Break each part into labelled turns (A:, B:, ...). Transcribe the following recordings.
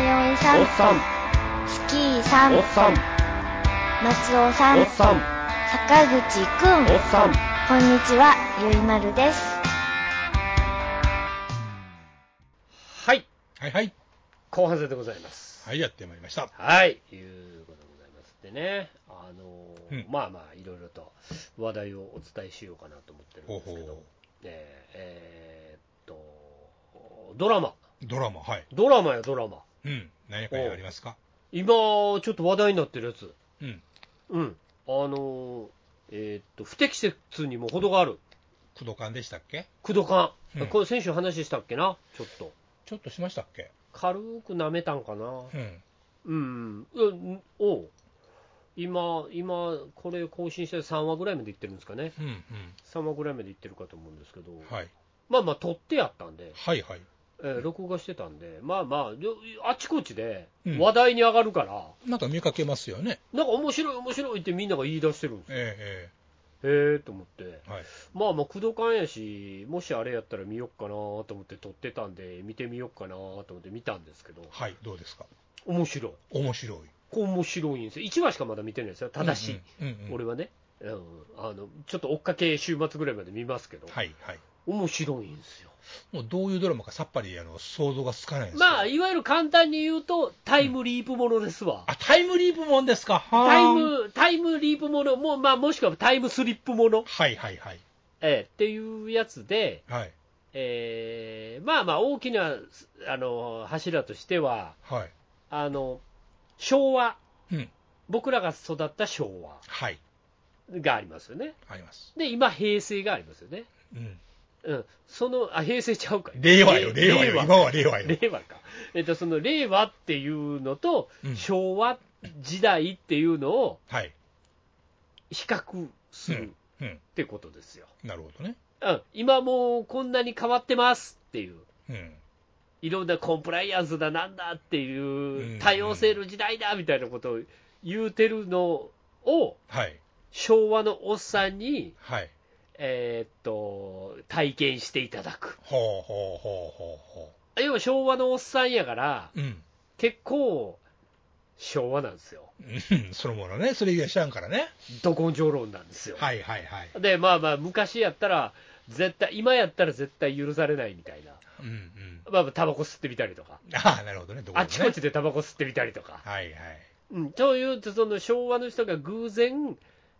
A: っさん
B: スキーさん
A: おっさん
B: 松尾さん
A: おっさん
B: 坂口くん
A: おっさん
B: こんにちはゆいまるです
A: はい
C: はいはい。
A: 後半戦でございます
C: はい、やってまいりました。
A: はいいうことでございますでねあのー
C: うん
A: まあまあいろいろと話題をお伝えしようかなと思ってるん
C: ほう
A: ですけど
C: ほ
A: えーえーっとドラマ
C: う。ドラマ、はい。
A: ドラマやドラマ
C: うん。何かやりますか
A: 今ちょっと話題になってるやつ
C: うん。
A: うんあのーえーっと不適切にも程がある
C: 工藤館でしたっけ
A: 工藤館、
C: うん
A: これ先週話したっけなちょっと
C: ちょっとしましたっけ
A: 軽く舐めたんかな
C: うん。
A: うん、うんおう今、今、これ更新して3話ぐらいまでいってるんですかね、
C: うん、
A: 3話ぐらいまでいってるかと思うんですけど、
C: うん。はい。
A: まあまあ、撮ってやったんで、
C: はいはい。
A: えー録画してたんで、まあまあ、であちこちで
C: うん
A: 話題に上がるから、
C: なんか見かけますよね。
A: なんか面白い、面白いってみんなが言い出してるんですよ、
C: え
A: へえと思って、
C: えええはい。
A: まあまあ、工藤館やし、もしあれやったら見よっかなと思って撮ってたんで、見てみよっかなと思って見たんですけど、
C: はい、どうですか
A: 面白い、
C: 面白い。
A: こう面白いんですよ、1話しかまだ見てないですよ、ただし。
C: うんうん、うんうん。
A: 俺はね、うん、あのちょっと追っかけ週末ぐらいまで見ますけど、
C: はいはい。
A: 面白いんですよ。
C: もうどういうドラマかさっぱりあの想像がつかないんですけど
A: まあ、いわゆる簡単に言うと、タイムリープものですわ。
C: あ、タイムリープもんですかはー
A: タイムタイムリープもの、もうまあ、もしくはタイムスリップもの、
C: はいはいはい。
A: ええっていうやつで、
C: はい。
A: ええまあまあ、大きなあの柱としては、
C: はい。
A: あの昭和、
C: うん。
A: 僕らが育った昭和
C: はい。
A: がありますよね。
C: あります。
A: で、今、平成がありますよね。
C: うん。
A: うん、そのあ平成ちゃうか
C: 令和よ、令和よ。今は令和よ。
A: 令和か、えっと、その令和っていうのと、
C: うん
A: 昭和時代っていうのを
C: はい。
A: 比較する
C: うん。
A: ってことですよ、
C: なるほどね。
A: うん、今もうこんなに変わってますっていう、
C: うん。
A: いろんなコンプライアンスだなんだっていうう、
C: ん
A: 多様性の時代だみたいなことを言うてるのを、
C: はい。
A: 昭和のおっさんに、
C: はい。
A: えーっと体験していただく。
C: ほうほうほうほうほ
A: 要は昭和のおっさんやから、
C: う。うん。
A: 結構、昭和なんです よ。
C: うんそのものね。それ以外知らんからね。
A: ど根性論なんですよ。
C: はいはいはい。
A: で、まあまあ、昔やったら、絶対、今やったら絶対許されないみたいな。
C: うんうん。
A: まあまあ、タバコ吸ってみたりとか、
C: ああ、なるほどね。どこでもね
A: あっちこっちでタバコ吸ってみたりとか。
C: はいはい。
A: うん、そういう、その昭和の人が偶然、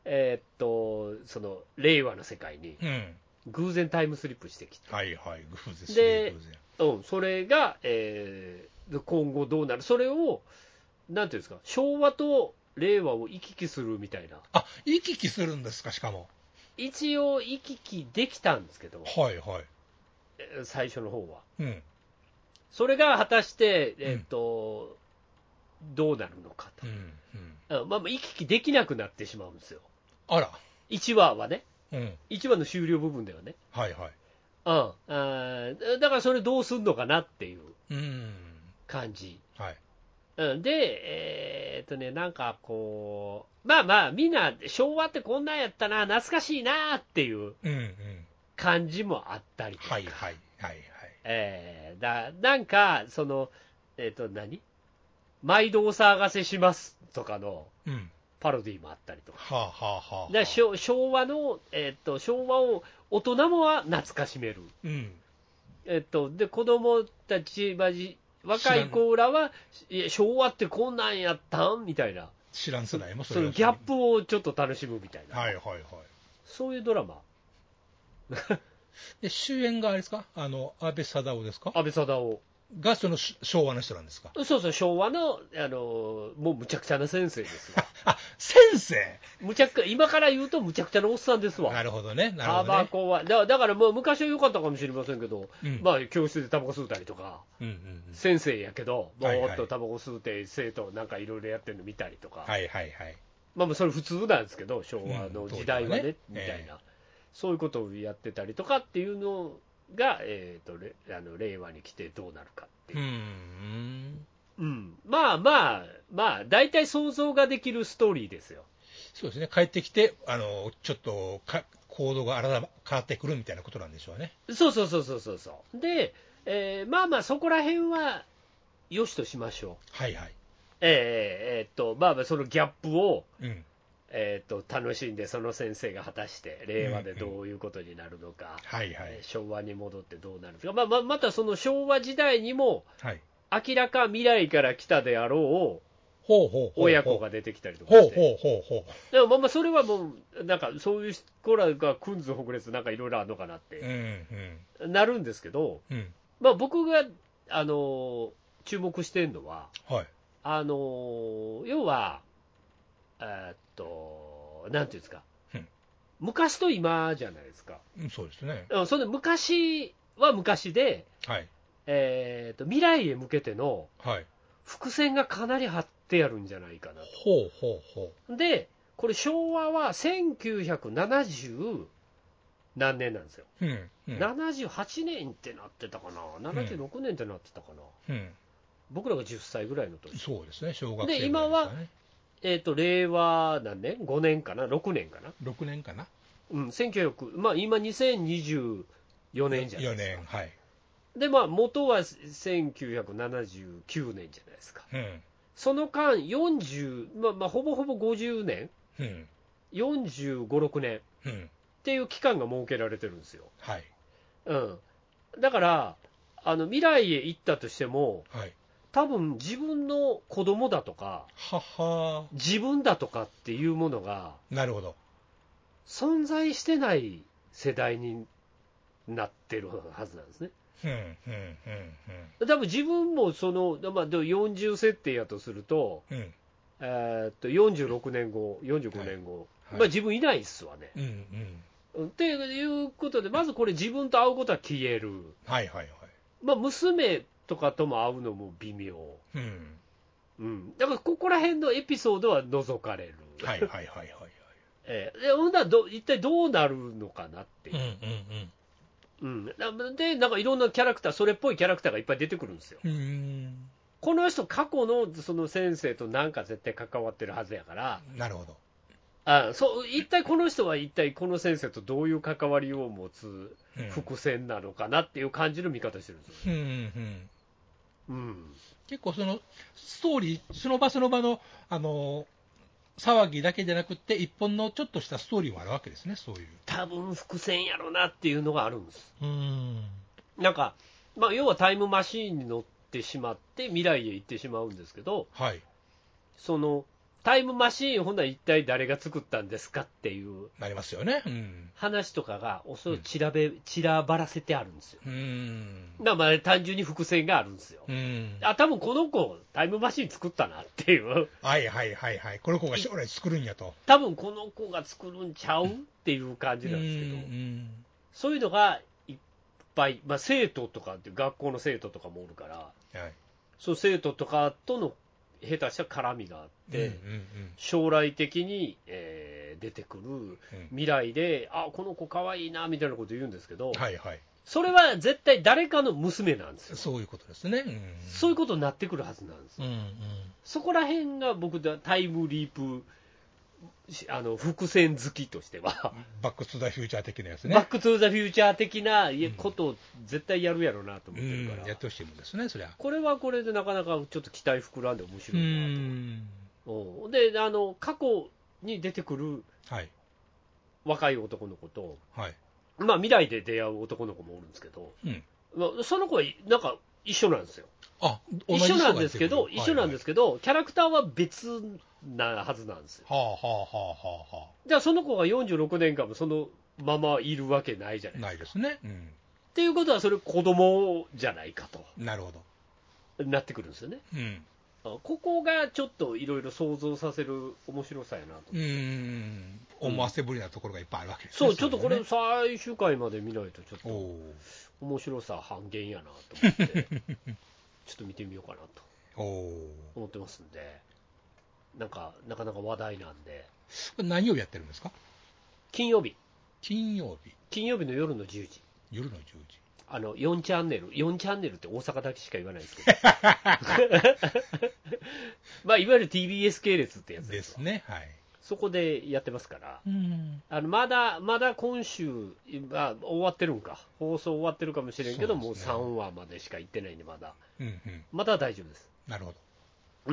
A: えーっと、その、令和の世界に、
C: うん。
A: 偶然タイムスリップしてきて、
C: はいはい。偶然。
A: で
C: 偶然。
A: うん、それが、えー今後どうなる、それを、なんていうんですか、昭和と令和を行き来するみたいな。
C: あ、行き来するんですか、しかも。
A: 一応行き来できたんですけど、
C: はいはい。
A: えー最初の方は。
C: うん。
A: それが果たして、えっとどうなるのか
C: う
A: と、
C: ん。うん。
A: うんまあ、まあ行き来できなくなってしまうんですよ、
C: あら。
A: 1話はね、
C: うん。
A: 1話の終了部分ではね、
C: はいはい。
A: うん、あーだからそれどうすんのかなっていう
C: うん。
A: 感じ、
C: はい。
A: うん、で、えーっとね、なんかこう、まあまあ、みんな、昭和ってこんなんやったな、懐かしいなっていう
C: うんうん。
A: 感じもあったりとか。
C: はいはい。はいはい。
A: えーだなんか、その、えっ、と、何毎度お騒がせしますとかの
C: うん。
A: パロディもあったりとか、
C: はあはあはあはあ。
A: だ昭昭和の、えっと、昭和を大人もは懐かしめる、
C: うん。
A: えっと、で子供たち、まじ若い子らは、いや昭和ってこんなんやったんみたいな、
C: 知らん世代も
A: そのギャップをちょっと楽しむみたいな、
C: はいはいはい。
A: そういうドラマ、
C: で、主演があれですかあの、安倍貞夫ですか
A: 安倍貞夫、
C: がそのし昭和の人なんですか
A: そうそう、昭和の、あのもうむちゃくちゃな先生ですわ。
C: あ、先生
A: むちゃくちゃ今から言うとむちゃくちゃなおっさんですわ、
C: なるほどね、なる
A: タ
C: ほど
A: バ
C: ね。
A: コはだ、だからもう昔は良かったかもしれませんけど、
C: うん
A: まあ教室でタバコ吸うたりとか、
C: うんうんうん
A: 先生やけど、ぼ
C: はいはい
A: ーっとタバコ吸うて、生徒なんかいろいろやってるの見たりとか、
C: はいはいはい。
A: まあまあそれ普通なんですけど、昭和
C: う
A: の
C: ん
A: 時代はね、
C: 当時はね
A: みたいな、
C: ええ
A: そういうことをやってたりとかっていうのが、えー、とれあの令和に来てどうなるかっていうう、
C: ん。
A: うんまあまあ、まあ、大体想像ができるストーリーですよ。
C: そうですね、帰ってきて、あの、ちょっとか行動が改ま変わってくるみたいなことなんでしょうね。
A: そうそうそうそうそうそう。で、えーまあまあそこら辺はよしとしましょう。
C: はいはい。
A: えええーっと、まあまあ、そのギャップを、
C: うん。
A: えーっと、楽しんで、その先生が果たして、令和でどういうことになるのか、
C: はいはい
A: えー。昭和に戻ってどうなるのか、まあまあ、またその昭和時代にも、
C: はい。
A: 明らか未来から来たであろ
C: ほうほうほう
A: う
C: ほう。
A: 親子が出てきたりとか
C: ほう
A: し
C: ほ
A: て、
C: うほうほ
A: でもまあまあそれはもう、なんかそういう子らがくんずほぐれつ、なんかいろいろあるのかなっ
C: う。う
A: て
C: んうん
A: なるんですけど、
C: うん。
A: まあ、僕が、あのー注目してるのは、
C: はい。
A: あのー要は、えーっと、なんていうんですか、
C: うん
A: 昔と今じゃないですか、
C: うんそうですね。
A: うんその昔は昔で、
C: はい。
A: えーっと未来へ向けての
C: はい。
A: 伏線がかなり張ってあるんじゃないかな
C: ほうほうほ
A: と。で、これ、昭和は1970何年なんですよ、
C: う。うん。うん。
A: 78年ってなってたかな、76年ってなってたかな、
C: うん。
A: 僕らが10歳ぐらいの年
C: そうですね。小学生ぐらい
A: で今は
C: すかね
A: えー、と令和何年 ?5 年かな ?6 年かな
C: 6年かな。
A: うん、1900、まあ今2024年じゃな
C: 4
A: いです
C: 年。
A: か。
C: はい。
A: で、まあ元は1979年じゃないですか。
C: うん。
A: その間40、まあまあほぼほぼ50年、
C: うん。
A: 45、6年っ
C: うん。
A: ていう期間が設けられてるんですよ。
C: はい。
A: うん。だから、あの未来へ行ったとしても、
C: はい。
A: 多分自分の子供だとか、
C: はは
A: 自分だとかっていうものが、
C: ー。なるほど。
A: 存在してない世代になってるはずなんですね。
C: うん。うん。うん。
A: 多分自分もその、まあ、でも40設定やとすると、
C: うん。うん。
A: えーっと46年後、45年後、
C: はい
A: まあ、自分いないっすわね。
C: うん。うん。
A: っていうことで、まずこれ、自分と会うことは消える、
C: はいはいはい。
A: まあ、娘とかとも会うのも微妙、
C: うん。
A: うん、だからここら辺のエピソードは除かれる、
C: はいはいはいはいはい。
A: えーでほんならど一体どうなるのかなっていう、
C: ん
A: うんなで、なんかいろんなキャラクター、それっぽいキャラクターがいっぱい出てくるんですよ。
C: うん。うん。
A: この人、過去のその先生となんか絶対関わってるはずやから、
C: なるほど。
A: あそう一体この人は一体この先生とどういう関わりを持つ
C: うん
A: 伏線なのかなっていう感じの見方してるんですよ、
C: うんうん。
A: うん、
C: 結構そのストーリー、その場その場の、あのー騒ぎだけじゃなくって、一本のちょっとしたストーリーもあるわけですね、そういう。
A: 多分伏線やろなっていうのがあるんです
C: うん。
A: なんか、まあ、要はタイムマシーンに乗ってしまって未来へ行ってしまうんですけど
C: はい。
A: そのタイムマシーンほんなら一体誰が作ったんですかっていう
C: なりますよね。うん。
A: 話とかがおそらく散らべ散らばらせてあるんですよ
C: うん。
A: だからまあ単純に伏線があるんですよ
C: うん。
A: あ多分この子タイムマシーン作ったなっていう
C: はいはいはいはい。この子が将来作るんやと。
A: 多分この子が作るんちゃうっていう感じなんですけど、
C: ん。
A: そういうのがいっぱい、まあ、生徒とかって学校の生徒とかもおるから、
C: はい。
A: その生徒とかとの下手した絡みがあって、
C: うん
A: 将来的に、えー出てくる
C: うんうん。
A: 未来で、あこの子かわいいなみたいなこと言うんですけど、
C: はいはい。
A: それは絶対誰かの娘なんですよ。
C: そういうことですね。うん。
A: そういうことになってくるはずなんですよ。
C: うんうん。
A: そこら辺が僕ではタイムリープしあの伏線好きとしては
C: バック・トゥ・ザ・フューチャー的なやつ
A: バッ
C: ね。
A: ク・トゥ・ザ・フューチャー的ないやことを絶対やるやろうなと
C: う
A: 思ってるから、
C: ん。やってほしいもんですね、そりゃ。
A: これはこれでなかなかちょっと期待膨らんで面白いな
C: ん。
A: と、うんであの過去に出てくる
C: はい。
A: 若い男の子と、
C: はい。
A: まあ、未来で出会う男の子もおるんですけど、
C: うん。
A: まあ、その子はなんか一緒なんですよ
C: あ、同
A: 一
C: じ人
A: 緒
C: が
A: なんですけど、
C: 出てくる
A: 一緒なんですけど、キャラクターは別なはずなんですよ
C: はあはあはあはあは
A: じゃあその子が46年間もそのままいるわけないじゃ
C: あ。
A: ない
C: ないですね。うん。
A: っていうことはそれ子供じゃないか
C: なるほど。
A: となってくるんですよね
C: うん。
A: あここがちょっといろいろ想像させる面白さやなと、
C: うーん。思わせぶりなところがいっぱいあるわけですね。
A: そうちょっとこれ
C: ね
A: 最終回まで見ないとちょっと
C: おー
A: 面白さ半減やなと 思ってちょっと見てみようかなと
C: おお。
A: 思ってますんでなんかなかなか話題なんで
C: これ何曜日やってるんですか
A: 金曜日
C: 金曜日、
A: 金曜日の夜の10時
C: 夜の10時。
A: あの4チャンネル、4チャンネルって大阪だけしか言わないです けど、まあ、いわゆる TBS 系列ってやつ
C: で
A: です
C: す
A: わ
C: ね。はい。
A: そこでやってますから、
C: うん、
A: あのまだまだ今週あ、終わってるんか、放送終わってるかもしれんけど、
C: そ
A: も
C: う
A: う
C: ですね
A: 3話までしか行ってないんで、まだ、
C: うん、うん、
A: まだ大丈夫です。
C: なるほど。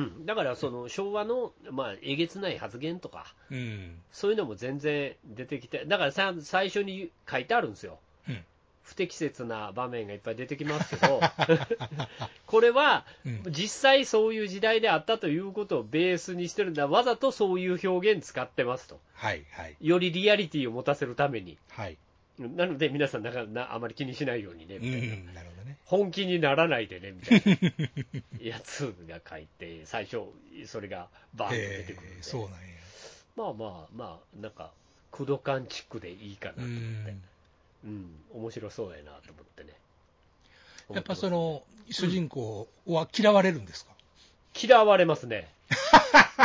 A: うん、だからその昭和の、まあ、えげつない発言とか、
C: うん、
A: そういうのも全然出てきて、だからさ最初に書いてあるんですよ、
C: うん
A: 不適切な場面がいっぱい出てきます けど、これは
C: うん、
A: 実際そういう時代であったということをベースにしてるんだ、わざとそういう表現使ってますと、
C: はい、はい、
A: よりリアリティを持たせるために、
C: はい、
A: なので皆さんなんかな、あまり気にしないようにね、
C: う
A: みたいな。
C: ん、なるほどね。
A: 本気にならないでねみたい なやつが書いて、最初、それがバーンと出てくるんで、
C: えーそうなんや。
A: まあまあまあ、なんか、クドカンチックでいいかな
C: う
A: と思って、
C: ん、
A: うん、面白そうやなと思ってね。
C: やっぱその主人公は嫌われるんですか。
A: 嫌われますね。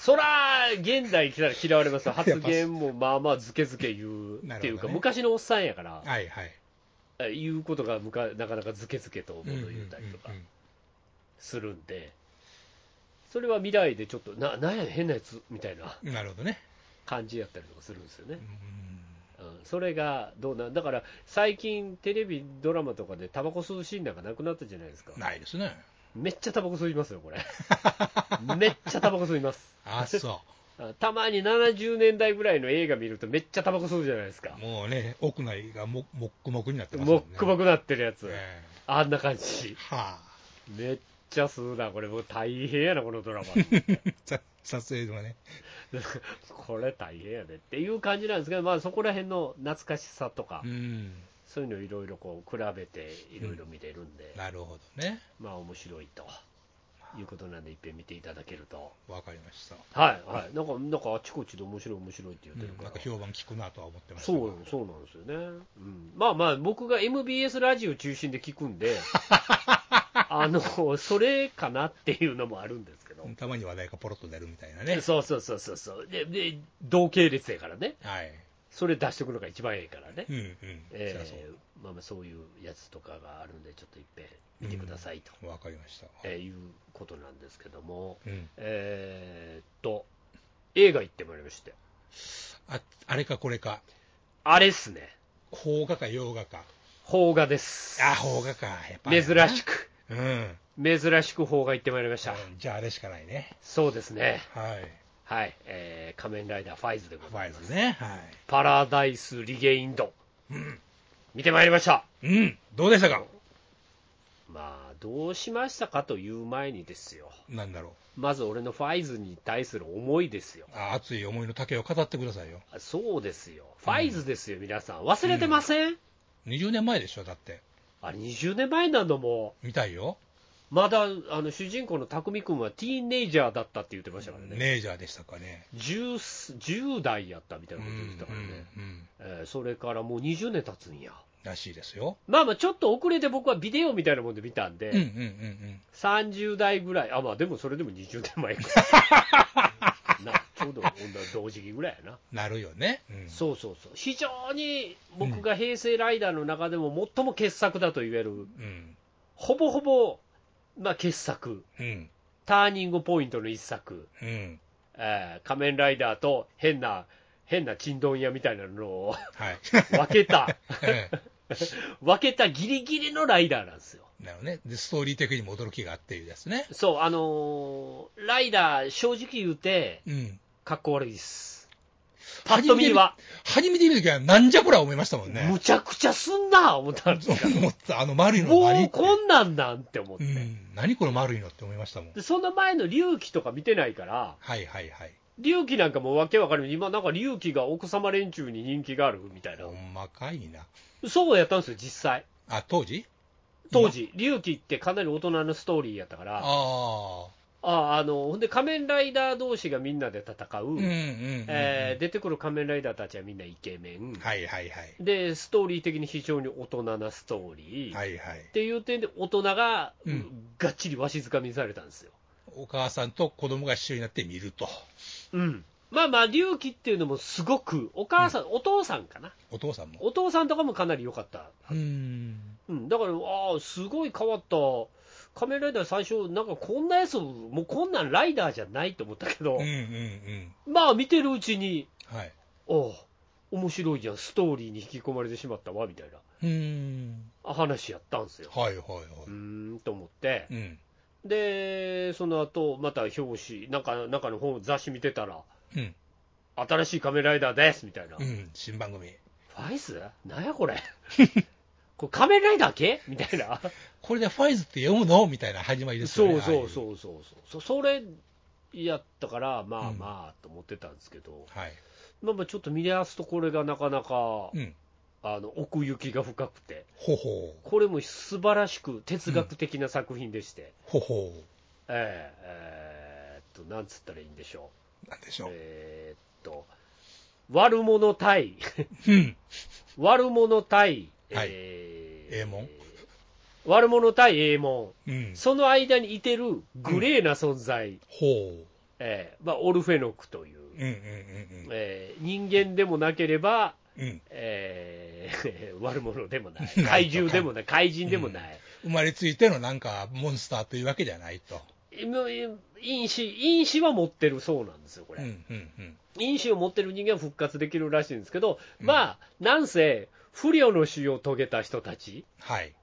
A: そら、現代来たら嫌われますよ発言もまあまあずけずけ言う
C: なるほどね
A: っていうか、昔のおっさんやから、
C: はい、はい。
A: 言うことがむかなかなかずけずけと物言うたりとか
C: うんうんうん
A: するんで、それは未来でちょっと、ななんや、変なやつみたいな
C: うんなるほどね。
A: 感じやったりとかするんですよね
C: う。ん
A: うんそれがどうなんだから最近テレビドラマとかでタバコ吸うシーンなんかなくなったじゃないですか
C: ないですね。
A: めっちゃタバコ吸いますよこ れめっちゃタバコ吸います
C: あ、そ
A: あたまに70年代ぐらいの映画見るとめっちゃタバコ吸うじゃないですか
C: う。もうね、屋内がも、もっくもくになってますもん
A: もっ
C: ね。
A: くも
C: く。
A: くなってるやつあんな感じ
C: は
A: めっちゃ吸うなこれもう大変やなこのドラマ
C: あ。 さ 撮影がね。
A: これ大変やでっていう感じなんですけどまあそこら辺の懐かしさとか
C: うん。
A: そういうのいろいろこう比べていろいろ見れるんで、
C: なるほどね。
A: まあ面白いということなんで、いっぺん見ていただけると、
C: わかりました。
A: はいはい、なんかなんかあちこちで面白い、面白いって言っ
C: う
A: てる
C: ん
A: か
C: な
A: ら
C: んか、評判聞くなとは思ってましたが
A: そうそうなんですよね、うん、まあまあ、僕が MBS ラジオ中心で聞くん で、あのそれかなっていうのもあるんですけど
C: う、んたまに話題がポロッと出るみたいなね。
A: そうそうそうそうそうで、で同系列やからね、
C: はい。
A: それ出しておくのが一番ええからね
C: う。んうん。
A: え
C: そりゃそ
A: ーまあ、まあそういうやつとかがあるんで、ちょっといっぺん見てくださいと、
C: う。わかりました。
A: えーいうことなんですけども、
C: うん。
A: えーっと、映画行ってまいりまして、
C: あ、あれかこれか。
A: あれっすね、
C: 邦画か洋画か。
A: 邦画です。
C: あ、邦画か。やっぱ。
A: 珍し。く、
C: うん。うん
A: 珍しく邦画行ってまいりました。
C: じゃああれしかないね。
A: そうですね、
C: はい。
A: はい、えー仮面ライダーファイズでご
C: フ
A: ざ
C: ァ
A: い
C: イ
A: ます。
C: ズね。は
A: パラダイス・リゲインド、見てまいりました。
C: い。うん。どうでしたか
A: まあ、どうしましたかという前にですよ、
C: なんだろ
A: まず俺のファイズに対する思いですよ。
C: う。あ熱い思いの丈を語ってくださいよ。
A: あそうですよ、ファイズですよ、皆さん、忘れてません、
C: 20年前でしょだって。
A: あれ20年前なのもう
C: 見たいよ。
A: まだあの主人公の匠君はティーンネイジャーだったって言ってましたからね、
C: ネイジャーでしたかね。
A: 10, す10代やったみたいなこと言ってたからね、
C: うんうん
A: えーそれからもう20年経つんや、
C: らしいですよ。
A: まあまあ、ちょっと遅れて僕はビデオみたいなもんで見たんで、
C: うんうんうん
A: 30代ぐらい、あまあ、でもそれでも20年前 かなちょうど同時期ぐらいやな、
C: うん。なるよね。うん、
A: そうそうそう、非常に僕が平成ライダーの中でも最も傑作だと言える、
C: うん。
A: ほぼほぼ、まあ、傑作、
C: うん。
A: ターニングポイントの一作。
C: うん。
A: えー仮面ライダーと変な、変な珍丼屋みたいなのを
C: はい。
A: 分けた、
C: ええ
A: 分けたギリギリのライダーなんですよ。
C: なるほどね。で、ストーリー的にも驚きがあっていうですね。
A: そう、あのーライダー、正直言うて、
C: うん。
A: かっこ悪いです。パッと見は、
C: 初めて見るときは、なんじゃこりゃ思いましたもんね
A: む。ちゃくちゃすんな思ったんですよ。
C: 思った。あの丸いの
A: も
C: 何
A: うこんなんなんって思って。
C: うん。何この丸いのって思いましたもん。
A: でその前の龍騎とか見てないから、
C: はいはいはい。
A: 龍騎なんかもうわけわかる今なんか龍騎が奥様連中に人気があるみたいな
C: ほ。んまかいな。
A: そうやったんですよ、実際。
C: あ、当時
A: 当時、龍騎ってかなり大人のストーリーやったから。
C: ああ。
A: ああのほんで仮面ライダー同士がみんなで戦う、
C: うんうんうん。
A: えー出てくる仮面ライダーたちはみんなイケメン、
C: はいはいはい。
A: でストーリー的に非常に大人なストーリー、
C: はいはい
A: っ。ていう点で大人が、
C: うん
A: がっちりわしづかみにされたんですよ。
C: お母さんと子供が一緒になって見ると。
A: うんまあまあ、龍騎っていうのもすごく、お母さん、お父さんかな、
C: お父さんも。
A: お父さんとかもかなり良かった、
C: うん。
A: うん、だから、ああ、すごい変わった仮面ライダー最初、なんかこんなやつ、もうこんなんライダーじゃないと思ったけど
C: うん、うん
A: まあ見てるうちに、
C: うん。はい。
A: ああ、面白いじゃん、ストーリーに引き込まれてしまったわみたいな
C: うーん。
A: あ話やったんですよ。
C: はいはいうは
A: ーんと思って、
C: い。うん。
A: で、その後また表紙、なんか中の本、雑誌見てたら、
C: うん。
A: 新しい仮面ライダーですみたいな、
C: う
A: フ
C: ん。新番組。
A: ァイスなんやこれ、 これ仮面ライダー系みたいな、
C: これでファイズって読むのみたいな始まりですよ
A: そ
C: ね。
A: うそう
C: う。
A: そうそうそう、そそれやったから、まあ
C: うん
A: まあと思ってたんですけど、
C: はい。
A: まあまあちょっと見出すと、これがなかなか、
C: うん。
A: あの奥行きが深くて。
C: ほほう。
A: これも素晴らしく哲学的な作品でして、
C: ほほ
A: えええーっと、なんつったらいいんでしょ
C: う。なんでし
A: う、
C: ょう。
A: えーっと、悪者対、
C: うん。
A: 悪者対、
C: はい
A: え
C: ええもん
A: 悪者対ええも
C: うん
A: ん、。その間にいてるグレーな存在、
C: ほ
A: えーまあ、オルフェノクという、
C: う。うんうんうん
A: えー人間でもなければ、
C: うん。うん。
A: えー 悪者でもない、 怪獣でもない、怪人でもない。
C: 生まれついてのなんかモンスターというわけじゃないと。
A: もう因子、因子は持ってるそうなんですよ、こ
C: う
A: れ。
C: んうんうん。
A: 因子を持ってる人間は復活できるらしいんですけど、
C: うん
A: まあ、なんせ、不良の死を遂げた人たち
C: はい。
A: うん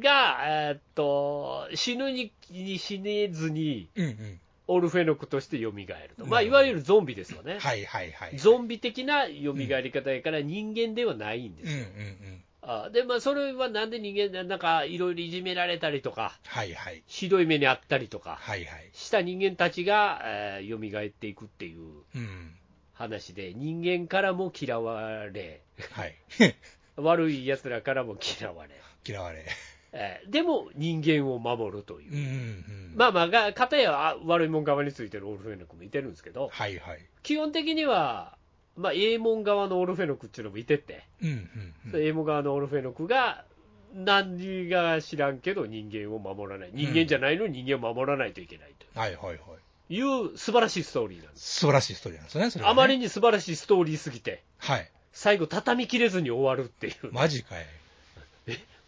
A: が、えーっと、死ぬに死ねずに、
C: うんうん。
A: オルフェノクとして蘇ると。まあ、
C: うん
A: いわゆるゾンビですよね。
C: はいはいはい。
A: ゾンビ的な蘇り方やから人間ではないんで
C: うんう
A: す
C: んう
A: よ。
C: ん。
A: あで、まあ、それはなんで人間、なんか、いろいろいじめられたりとか、
C: はいはい。
A: ひどい目にあったりとか、
C: はいはい。
A: した人間たちが、えー、蘇っていくっていう
C: うん。
A: 話で、人間からも嫌われ、
C: はい。
A: 悪い奴らからも嫌われ、
C: 嫌われ。
A: えーでも人間を守るというう、
C: んうんうん。
A: まあまあが、片やあ悪いもん側についてるオルフェノクもいてるんですけど、
C: はいはい。
A: 基本的には、まあ、ええもん側のオルフェノクっていうのもいてって、
C: うんうんうん。
A: ええもん側のオルフェノクが、何が知らんけど人間を守らない、人間じゃないのに人間を守らないといけないと
C: はいはいはい。
A: いう素晴らしいストーリーなんです。
C: 素晴らしいストーリーなんですね、それは
A: あ
C: ね
A: まりに素晴らしいストーリーすぎて、
C: はい。
A: 最後、畳み切れずに終わるっていう、
C: マジかい。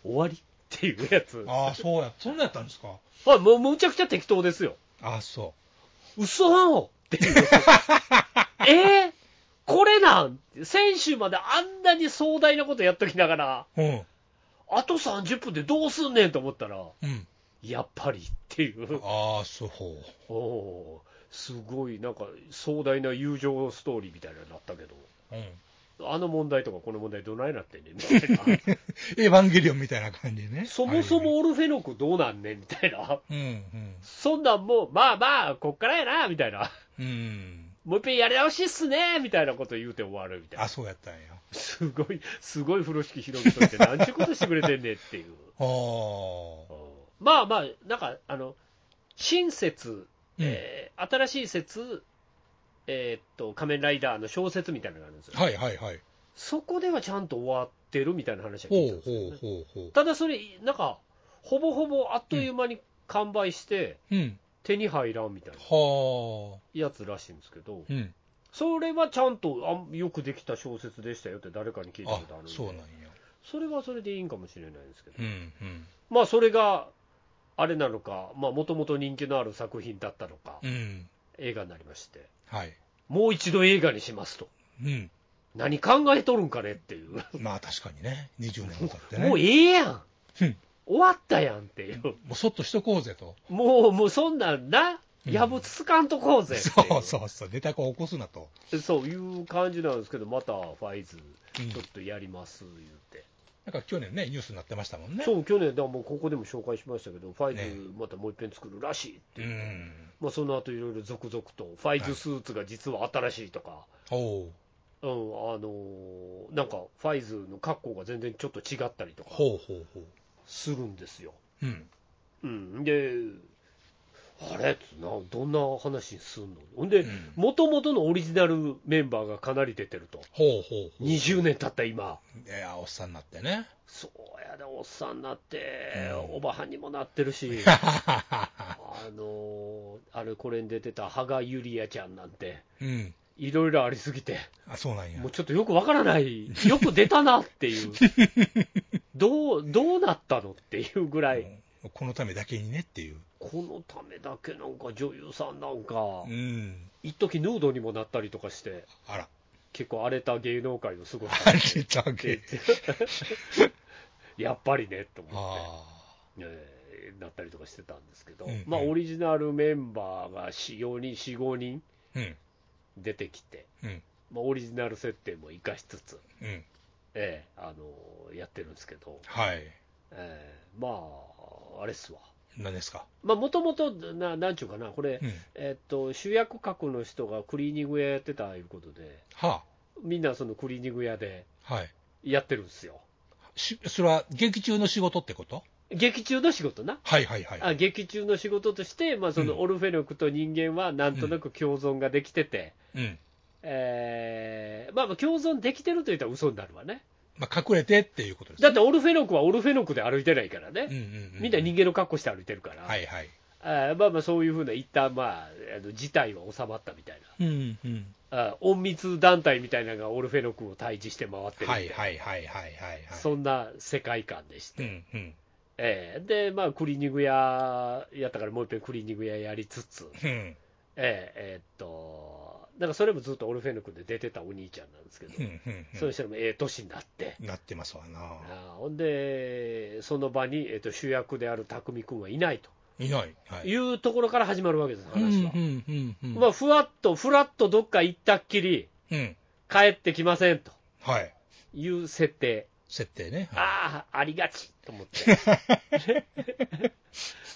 A: 終わりっていうやつ、
C: ああ、そうや。そんなんやったんですか。
A: あもうむちゃくちゃ適当ですよ、
C: ああ、そ
A: 嘘っていう、 えー、これなん、先週まであんなに壮大なことやっときながら、
C: う。うん。
A: あと30分でどうすんねんと思ったら、
C: うん。
A: やっぱりっていう、
C: ああ、そう。
A: おーすごいなんか壮大な友情ストーリーみたいなのになったけど。
C: うん。
A: あの問題とかこの問題どないなってんねんみたい な。
C: エヴァンゲリオンみたいな感じでね。
A: そもそ
C: は
A: もオルフェノクどうなんねんみたいな、
C: いはい。うん
A: そんなんもう、まあまあ、こっからやなみたいな、
C: うん。うん。
A: もう一遍やり直しっすねみたいなこと言うて終わるみたい
C: あ、
A: な、
C: そうやったんや。
A: すごい、すごい風呂敷広げといて、なんちゅうことしてくれてんねんっていう、
C: ああ。
A: まあまあ、なんか、あの新説、
C: うん
A: えー新しい説、えーっと、仮面ライダーの小説みたいなのがあるんですよ、
C: はいはいはい。
A: そこではちゃんと終わってるみたいな話は聞いたん
C: ほう
A: ですよね、
C: ほうほうほう。
A: ただそれ、なんか、ほぼほぼあっという間に完売して、
C: うん。
A: 手に入らんみたいな
C: は
A: やつらしいんですけど
C: あ。、うん。
A: それはちゃんとあよくできた小説でしたよって誰かに聞いた
C: あ
A: ことあるん、で、
C: そうなんや。
A: それはそれでいいんかもしれないですけど、
C: うんうん。
A: まあそれがあれなのか、もともと人気のある作品だったのか、
C: うん。
A: 映画になりまして、
C: はい。
A: もう一度映画にしますと、
C: うん。
A: 何考えとるんかねっていう、
C: まあ確かにね。20年も経ってね。
A: もうええやん
C: うん、
A: 終わったやんっていう、
C: もうそっとしとこうぜと。
A: もうもうそんなんな、
C: うん
A: やぶつかんとこうぜってい
C: そうそうそう。ネタこを起こすなと。
A: うそういう感じなんですけど、またファイズ、
C: うん
A: ちょっとやります言って。
C: なんか去年ね、ニュースになってましたもんね。
A: そう、去年、だからもうここでも紹介しましたけど、ファイ
C: ね
A: ズまたもう一遍作るらしいって
C: う
A: いう、
C: ん。
A: まあ、その後いろいろ続々と、ファイズスーツが実は新しいとか、う
C: おう
A: ん、あのーなんかファイズの格好が全然ちょっと違ったりとか
C: ほうほうほう。
A: するんですよ。
C: うん。
A: うん、で、あれな、どんな話にすんのほんで
C: うん、
A: もともとのオリジナルメンバーがかなり出てると、
C: ほうほうほう。い
A: 20年経った今。
C: や、おっさんになってね。
A: そうやで、おっさんになって、
C: うん
A: おばはんにもなってる し。あのーあれこれに出てた羽賀ゆりやちゃんなんて、
C: うん。
A: いろいろありすぎて、
C: あ、そうなんや
A: もう。ちょっとよくわから ない、よく出たなっていう、どうどうなったのっていうぐらい、
C: このためだけにねっていう。
A: このためだけなんか女優さんなんか
C: う、ん。
A: 一時ヌードにもなったりとかして、
C: あら。
A: 結構荒れた芸能界の過ごし
C: あ
A: 方
C: れだけ
A: で。やっぱりねと思って、
C: あ
A: えーなったりとかしてたんですけど、
C: うんうん
A: まあ、オリジナルメンバーが4、4人、4、5人
C: あ。うん。
A: 出てきて、
C: うん。
A: まあ、オリジナル設定も生かしつつ、
C: うん。
A: ええあのやってるんですけど、
C: はい。
A: ええまあ、あれっすわ。
C: 何ですか。
A: まあ、もともと、ななんちゅうかな、これ、
C: うん。
A: えっと、主役格の人がクリーニング屋やってたいうことで、
C: は
A: みんなそのクリーニング屋で
C: あ。はい。
A: やってるんですよ。
C: しそれは劇中の仕事ってこと
A: 劇中の仕事な。
C: はいはいはい。
A: あ劇中の仕事として、まあ、そ
C: うん
A: のオルフェノクと人間はなんとなく共存ができてて、
C: うん。
A: えーまあ、まあ共存できてると言ったら嘘になるわね、
C: まあ、隠れてっていうことです
A: だってオルフェノクはオルフェノクで歩いてないからね、
C: うんうんうん。
A: みんな人間の格好して歩いてるから、
C: はいはい。
A: あーまあまあそういうふうな、一旦まああの事態は収まったみたい
C: うんうん。
A: な、あー隠密団体みたいなのがオルフェノクを退治して回ってるみた
C: はいい
A: な、
C: はいはいはいはいはい。
A: そんな世界観でして、
C: うんうん。
A: えーで、まあ、クリーニング屋やったから、もう一遍クリーニング屋やりつつ。
C: うん
A: えええーっと、だからそれもずっとオルフェノクで出てたお兄ちゃんなんですけど、
C: うんうん
A: その人もええ年になって、
C: うん。なってますわな。
A: あーほんで、その場に、えーっと主役である匠君はいない
C: いない。は
A: と
C: い。
A: いうところから始まるわけです、話は。
C: うんうんうんうん。
A: まあ、ふわっと、ふらっとどっか行ったっきり、
C: うん。
A: 帰ってきませんと
C: はい。
A: いう設定、
C: 設定ね。はい
A: ああ、ありがちと思 って、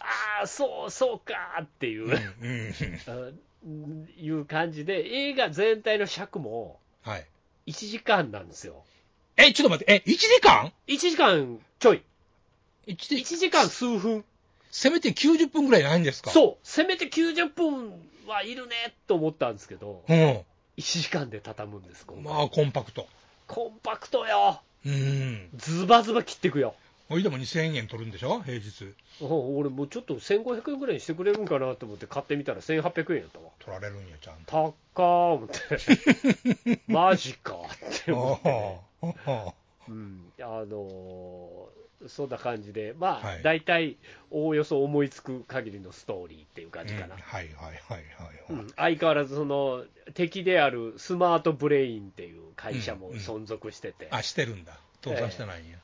A: ああ、そう、そうかーっていう、
C: うんうんうん。
A: うんいう感じで、映画全体の尺も、
C: はい。
A: 1時間なんですよ。
C: え、ちょっと待って、え、1時間
A: 1時間ちょい。
C: 一時
A: 1時間数分。
C: せめて90分ぐらいないんですかう。
A: そう。せめて90分はいるねと思ったんですけど、
C: うん。
A: 1時間で畳むんです、今回
C: まあ、コンパクト。
A: コンパクトよ。
C: うん。
A: ズバズバ切ってくよ。
C: おいでも2000円取るんでしょ平日。
A: お俺もうちょっと1500円ぐらいにしてくれるんかなと思って買ってみたら1800円やったわ。
C: 取られるんや、ちゃんと。
A: 高っ思って。 マジかって思って、ね。
C: ああ。
A: うん、あのーそんな感じで、まあ、
C: はい
A: 大体おおよそ思いつく限りのストーリーっていう
C: う
A: 感
C: ん
A: じ
C: はい
A: か
C: はい
A: な、
C: はいはい。
A: う
C: はい
A: ん相変わらずその敵であるスマートブレインっていう会社も
C: うんうん
A: 存続してて、
C: あ、してるんだ。倒産してないんや。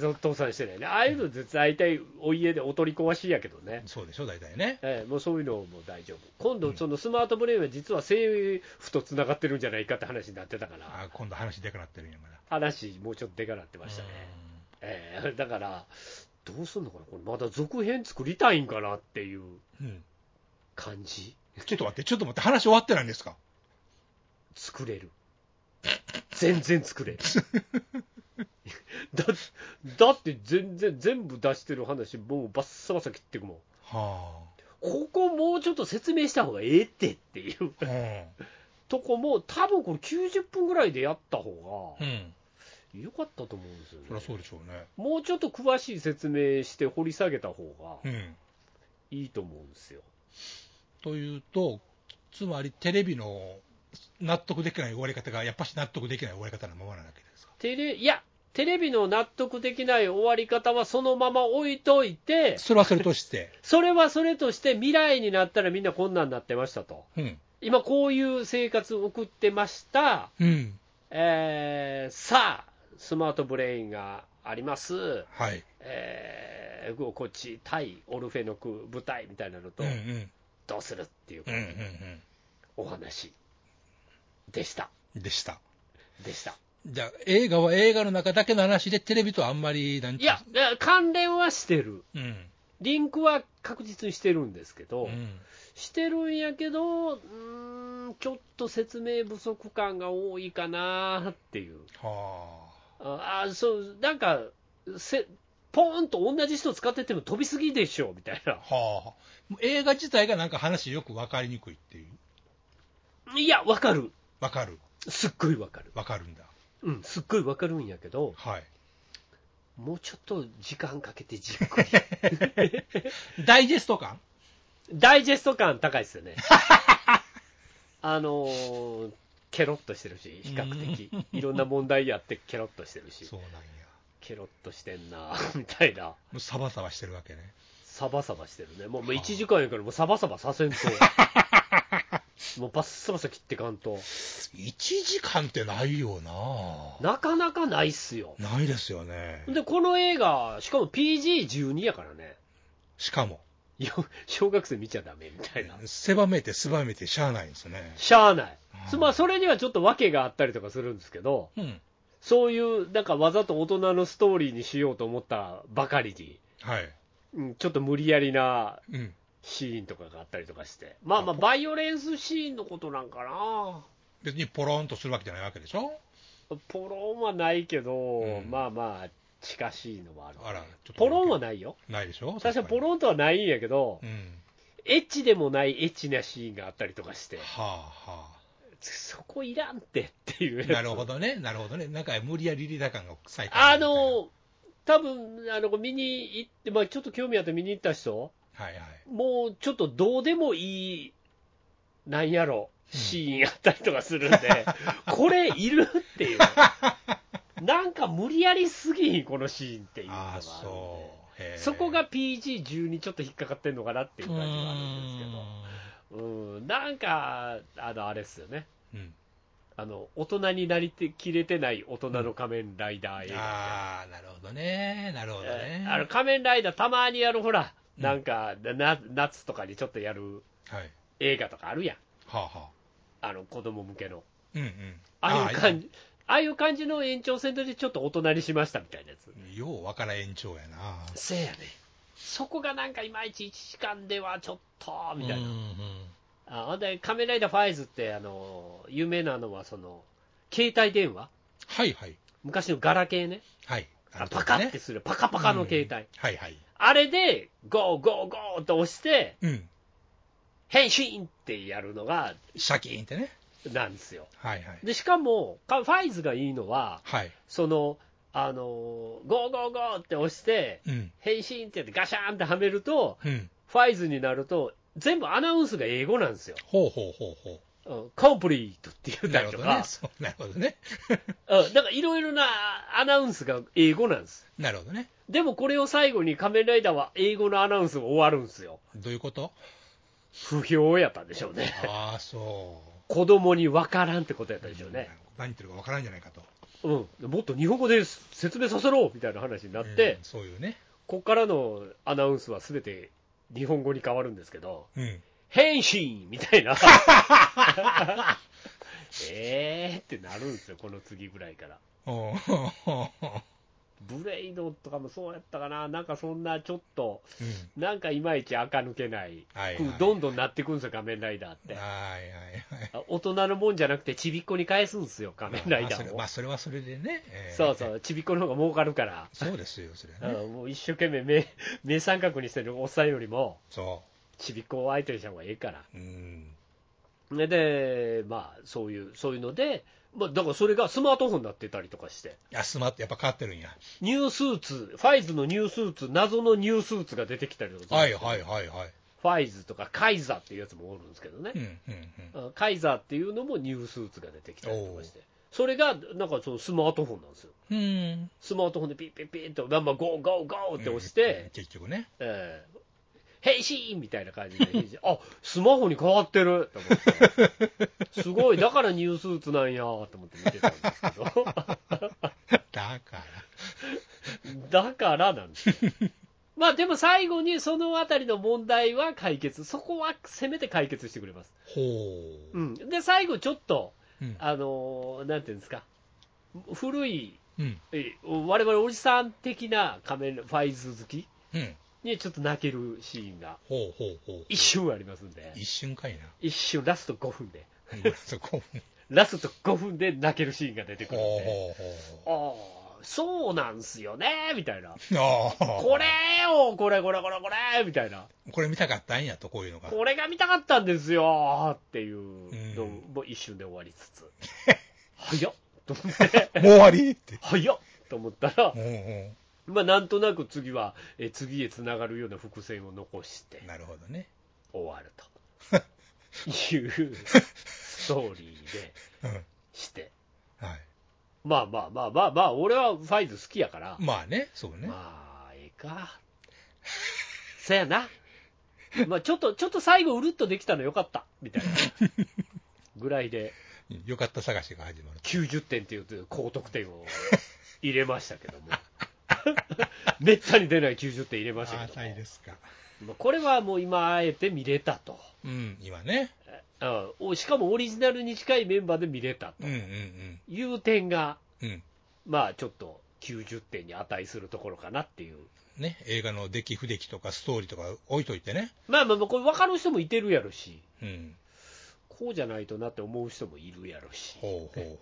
A: そ倒産してないね、ああいうのって大体お家でお取り壊しやけどね、
C: そうでしょ、大体ね。
A: ええもうそういうのも大丈夫、今度、そのスマートブレインは実は政府とつながってるんじゃないかって話になってたから、
C: あ、今度話でかなってるんや、まだ。
A: 話、もうちょっとでかなってましたね。ええだから、どうすんのかな、これ、まだ続編作りたいんかなっていう
C: うんうん。
A: 感じ、
C: ちょっと待って、ちょっと待って、話終わってないんですか
A: 作れる、全然作れる。 だだって全然全部出してる話もうバッサバサ切ってくもん
C: は
A: ここもうちょっと説明した方がええってっていう
C: あ。うん。
A: とこも多分これ90分ぐらいでやった方
C: う
A: が
C: ん。
A: 良かったと思うんですよね、
C: そりゃそうでしょうね。
A: もうちょっと詳しい説明して掘り下げた方
C: う
A: が
C: ん。
A: いいと思うんですよ
C: というと、つまりテレビの納得できない終わり方が、やっぱし納得できない終わり方のままなわけですか。
A: テレいや、テレビの納得できない終わり方はそのまま置いといて、
C: それはそれとして、
A: それはそれとして、未来になったらみんなこんなんなってましたと、
C: うん。
A: 今、こういう生活を送ってました、
C: うん。
A: えーさあ、スマートブレインがあります、
C: はい。
A: えーこっち、対オルフェノク部隊みたいなのと
C: うん、うん。
A: どうするっていう
C: うんうん
A: お話でした、
C: うん。でした。
A: でした。
C: じゃあ、映画は映画の中だけの話で、テレビとあんまり、なんて
A: い
C: いうんで
A: や
C: すか、
A: 関連はしてる、
C: うん。
A: リンクは確実にしてるんですけど。
C: うん
A: してるんやけど、うーん、ちょっと説明不足感が多いかなっていう、
C: は
A: ああそうなんかせ、ポーンと同じ人使ってても飛びすぎでしょみたい
C: あ。はあ。映画自体がなんか話よく分かりにくいっていう。
A: な、いや、わかる、
C: 分かる。
A: すっごいわかる、
C: 分かるんだ。
A: うん、すっごいわかるんやけど、
C: はい。
A: もうちょっと時間かけてじっくり、
C: ダイジェスト感
A: ダイジェスト感高いですよね。 あのー ケロッとしてるし、比較的、いろんな問題やって、ケロッとしてるし、
C: そうなんや。
A: ケロッとしてんなみたいな
C: もうサバサバしてるわけね。
A: サバサバしてるねもうもう
C: はあ
A: 1時間やからもうサバサバさせん ともうバッサバサ切ってかんと
C: 1時間ってないよな
A: なかなかないっすよ
C: ないですよね。
A: でこの映画しかも PG12 やからね
C: しかも、
A: よ小学生見ちゃダメみたいな
C: 狭めて狭めてしゃあないんですね。
A: しゃあない
C: あ
A: つまりそれにはちょっと訳があったりとかするんですけど
C: うん。
A: そういうなんかわざと大人のストーリーにしようと思ったばかりに、
C: はい。
A: うん、ちょっと無理やりな
C: うん。
A: シーンとかがあったりとかしてまあまあバイオレンスシーンのことなんかな
C: 別にポロンとするわけじゃないわけでしょ
A: ポロンはないけど、
C: うん
A: まあまあ近しいのもある
C: あら、ちょっと
A: ポロンはないよ
C: ないでしょ
A: 確かにポ
C: ン。
A: ロンとはないんやけど、
C: うん。
A: エッチでもないエッチなシーンがあったりとかして
C: はあは
A: そこいらんってっていうや
C: あ。
A: つ
C: なるほどね、なるほどね。なんか無理やりリーダー感が最高。
A: あ、の多分あの見に行って、まあ、ちょっと興味あって見に行った人
C: はいはい。
A: もうちょっとどうでもいい、なんやろ、シーンやったりとかするんで、 これいるっていう。なんか無理やりすぎひん、このシーンっていうのがある
C: あ
A: ん
C: あ、
A: で
C: そう。へえ
A: そこが PG12 ちょっと引っかかってんのかなっていう感じがあるんですけど、うん、なんか、あの、あれっすよね。
C: うーんうん。
A: あの、大人になりてきれてない大人の仮面ライダー映画みたいな。
C: ああ、なるほどね。なるほど
A: え
C: ね。
A: ーあの仮面ライダー、たまにあのほら、
C: うん
A: なんか、な夏とかにちょっとやる
C: はい。
A: 映画とかあるやん、
C: はあはあ。
A: あの子供向けの、
C: うんうん。
A: ああいう感じ、ああいう感じの延長線上でちょっと大人にしましたみたいなやつ、
C: じ。ようわからん延長やな。
A: せやね、そこがなんかいまいち1時間ではちょっとみたいな、
C: うんうん
A: あほんで、仮面ライダーファイズって、あの有名なのはその、携帯電話、
C: はいはい。
A: 昔のガラケーね、
C: はい。
A: あパカって
C: す
A: する、パカパカの携帯、
C: はいはい。
A: あれで、ゴーゴーゴーって押して、
C: うん。
A: 変身ってやるのが、
C: シャキーンってね。
A: なんですよ。
C: はいはい。
A: でしかも、かファイズがいいのは、
C: はい。
A: その、あのーゴーゴーゴーって押して、
C: うん。
A: 変身ってやってガシャーンってはめると、
C: うん。
A: ファイズになると、全部アナウンスが英語なんですよ。
C: ほうほうほうほ
A: うん、コンプリートって
C: う。
A: 言っ
C: な
A: たり
C: るほ
A: と
C: どね。
A: か、
C: そうなるほどね。
A: うん、なんかいろいろなアナウンスが英語なんです。
C: なるほどね。
A: でもこれを最後に仮面ライダーは英語のアナウンスも終わるんですよ。
C: どういうこと
A: 不評やったんでしょうね。
C: ああ、そう。
A: 子供に分からんってことやったでしょうね。
C: 何言ってるかわからんじゃないかと。
A: うん、もっと日本語で説明させろみたいな話になって、
C: うんそういうね。
A: ここからのアナウンスはすべて日本語に変わるんですけど、
C: うん。
A: 変身みたい な、えーってなるんですよ、この次ぐらいから。
C: おー
A: ブレイドとかもそうやったかな、なんかそんなちょっと、
C: うん。
A: なんかいまいち垢抜けない、
C: はいはい
A: どんどんなってくんですよ、仮面ライダーって。
C: はいはいはい。
A: 大人のもんじゃなくて、ちびっこに返すんですよ、仮面ライダ
C: まあそれ
A: ーを。
C: まあ、それはそれでね。えー
A: そうそう、ちびっこの方が儲かるから。
C: そうですよ、それはね。
A: うんもう一生懸命目目三角にしてるおっさんよりも、
C: そ
A: ちびっこを相手にした方がええから。
C: う。うん。
A: でで、まあ、そういう、そういうので、まあ、だからそれがスマートフォンになってたりとかして、
C: あ、スマート、やっぱ変わってるんや。
A: ニュースーツ、ファイズのニュースーツ、謎のニュースーツが出てきたりとか、
C: はいはいはいはい。
A: ファイズとかカイザーっていうやつもおるんですけどね
C: うん、うんうん。
A: あカイザーっていうのもニュースーツが出てきたりとかして、それがなんかそのスマートフォンなんですよ。
C: うん。
A: スマートフォンでピッピッピッと、まあまあ、ゴーゴーゴーって押して、
C: うん結局ね。
A: えー、変身みたいな感じで、 変身あスマホに変わってると思って、すごい、だからニュースーツなんやと思って見てたんですけど、
C: だから。
A: だからなんですよ。まあでも最後にそのあたりの問題は解決、そこはせめて解決してくれます。
C: ほう。
A: うん、で、最後ちょっと、
C: うん。
A: あのーなんていうんですか、古い、
C: うん。
A: え我々おじさん的な仮面、ファイズ好き
C: うん。
A: にちょっと泣けるシーンが
C: ほうほうほう。
A: 一瞬ありますんで、
C: 一瞬かいな。
A: 一瞬、ラスト5分で。
C: うんそこ。
A: ラスト5分で泣けるシーンが出てくるん
C: ほう
A: で、
C: ほうほう。
A: ああ、そうなんすよね、みたいな。
C: ああ。
A: これよ、これこれこれこれ、みたいな。
C: これ見たかったんやと、こういうのが。
A: これが見たかったんですよ、っていうの
C: うん
A: も一瞬で終わりつつ。 早っと思って、
C: もう終わりって。
A: 早っと思ったら
C: う、ん
A: まあなんとなく次は、え次へつながるような伏線を残して
C: うん。なるほどね。
A: 終わる と。いうストーリーで
C: うん。
A: して。
C: はい。
A: まあまあまあまあまあ、俺はファイズ好きやから、
C: まあね、そうね。
A: まあ、ええか。そやな。まあ、ちょっと、ちょっと最後、うるっとできたのよかった、みたいな。ぐらいで、
C: うんよかった探しが始まる。
A: 90点っていう高得点を入れましたけど も。めったに出ない90点入れました
C: あ
A: けど
C: たい
A: も
C: で。すか。
A: まあこれはもう今、あえて見れたと。
C: うん、今ね。
A: うんおしかもオリジナルに近いメンバーで見れた
C: うんうんうん。
A: という点が、
C: うん。
A: まあちょっと90点に値するところかなっていう、
C: ね、映画の出来不出来とかストーリーとか置いといてね。
A: まあまあまあ、これ分かる人もいてるやろし、
C: うん。
A: こうじゃないとなって思う人もいるやろし、
C: ほうほ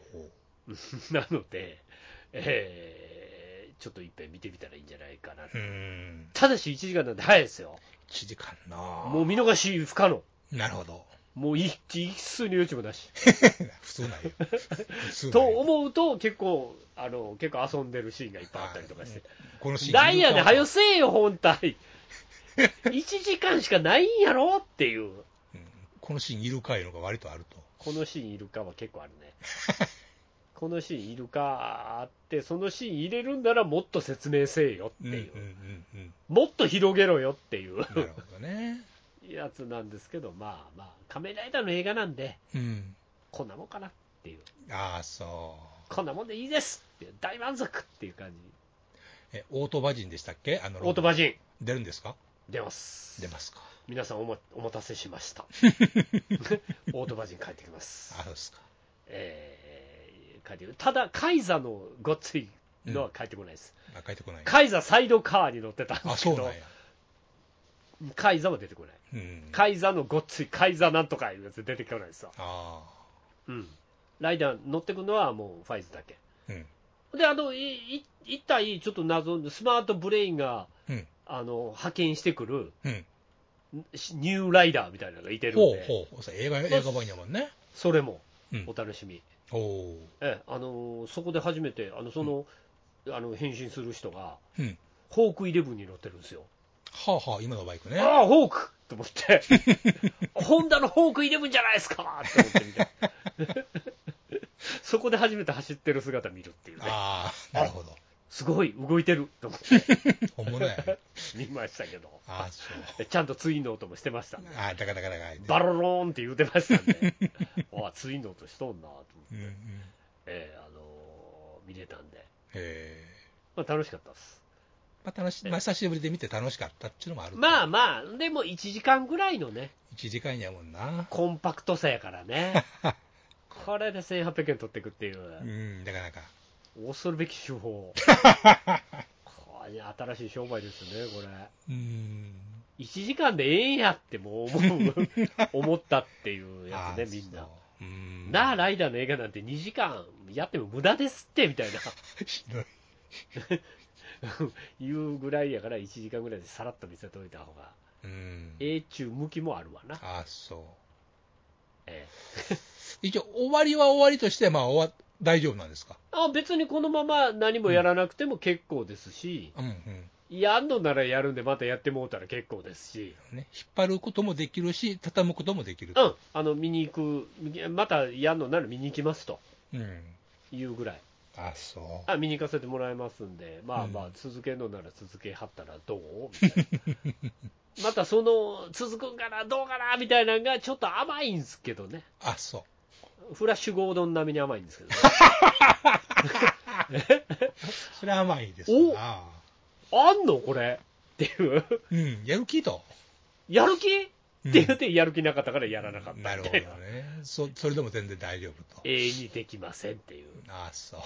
C: うほ
A: なので、えーちょっといっぺん見てみたらいいんじゃないかな、
C: う。うん。
A: ただし1時間なんて早いですよ、
C: 1時間な
A: もう見逃し不可能、
C: なるほど。
A: もう一一数に余地もなし。
C: 普通 ないよ。普通
A: と
C: ないよ。
A: 思うと、結構あの、結構遊んでるシーンがいっぱいあったりとかして。
C: このシーン。
A: なんやねん、はよせえよ、本 体。1時間しかないんやろっていう、
C: うんこのシーンいるかいうのが割とあると。
A: このシーンいるかは結構ある ね。このシーンいるかあって、そのシーン入れるんならもっと説明せえよって
C: うんうん
A: いう、
C: うんうん。
A: もっと広げろよっていう
C: なるほどね。
A: やつなんですけど、まあまあ、仮面ライダーの映画なんで、
C: うん。
A: こんなもんかなっていう、
C: ああ、そ
A: こんなもんでいいですって、大満足っていう感じ。
C: う。え、オートバジンでしたっけあの、
A: オートバジン、
C: 出るんですか
A: 出ます。
C: 出ますか。
A: 皆さんおもお待たせしま した。オートバジン帰ってきます。
C: あ、そうですか。
A: えー書いてくるただ、カイザのごっついのは書いてこないです、
C: あ、帰ってこない。
A: カイザサイドカーに乗ってたんで
C: あ、
A: すけ
C: そうなん
A: ど
C: や、。
A: カイザは出てこない、
C: うん。
A: カイザのごっつい、カイザなんとかいうやつ出てこないですわ、
C: あ
A: うん、ライダー乗ってくのはもうファイズだけ、
C: あ。うん。
A: で、あのいい一体、ちょっと謎の、スマートブレインが
C: うん。
A: あの派遣してくる
C: うん。
A: しニューライダーみたいなのがいてるん
C: ほ
A: で
C: う、ほう。そう映画、映画版やもんね。
A: それも
C: うん
A: お。楽しみ。
C: お
A: ええあのーそこで初めてあのその、あの変身する人が
C: うん。
A: ホークイレブンに乗ってるんですよ、
C: はあはあ、今のバイクね。
A: ああホークと思ってホンダのホークイレブンじゃないですかと思って見てそこで初めて走ってる姿見るっていうね
C: ああ、なるほど。
A: すごい動いてると思って
C: 本物 やね。
A: 見ましたけど
C: ああ、そう。
A: ちゃんとツインの音もしてましたんで
C: ああ、だからだからだから。
A: バロローンって言うてましたんでああツインの音しとんなと思って、
C: うんうん。へ
A: ええあのー見れたんで、
C: え。
A: まあ、楽しかったです
C: まあ、楽し、まあ、久しぶりで見て楽しかったっていうのもある。
A: まあ
C: あ。
A: まあ、でも1時間ぐらいのね、
C: 1時間やもんな。
A: コンパクトさやからね、これで1800円取っていくっていうう、
C: ん、なかなか。
A: 恐るべき手 法、これ新しい商売ですね、これ、
C: うん。
A: 1時間でええんやってもう思 う思ったっていうやつね、み
C: ああ
A: んな
C: そ。ううん。
A: なあ、ライダーの映画なんて2時間やっても無駄ですってみたいな
C: ひどい。
A: いうぐらいやから、1時間ぐらいでさらっと見せといた方が、
C: うん。
A: ええっちゅう向きもあるわな。
C: ああ、そう。
A: ええ
C: 一応、終わりは終わりとして、まあ、終わ、大丈夫なんですか。
A: あ別にこのまま何もやらなくても結構ですし、
C: うんうん。
A: やんのならやるんで、またやってもうたら結構ですし、
C: ね、引っ張ることもできるし、畳むこともできる
A: う。ん、あの見に行く、またやんのなら見に行きますと
C: うん。
A: いうぐらい、
C: あ、そ
A: あ見に行かせてもらいますんで、まあまあ
C: うん、
A: 続けるのなら続けはったらどうみたい な、またその続くんかな、どうかなみたいなのがちょっと甘いんですけどね、
C: う。あ、そう。
A: フラッシュゴードン並みに甘いんですけどね、
C: それは甘いです
A: お
C: な。
A: あんの、これっていう、
C: うん、やる気と。
A: やる気って
C: うん
A: 言って、やる気なかったからやらなかったみた
C: ないる
A: な
C: ほどね。そ、それでも全然大丈夫と。
A: 永遠にできませんっていう
C: あ、そう。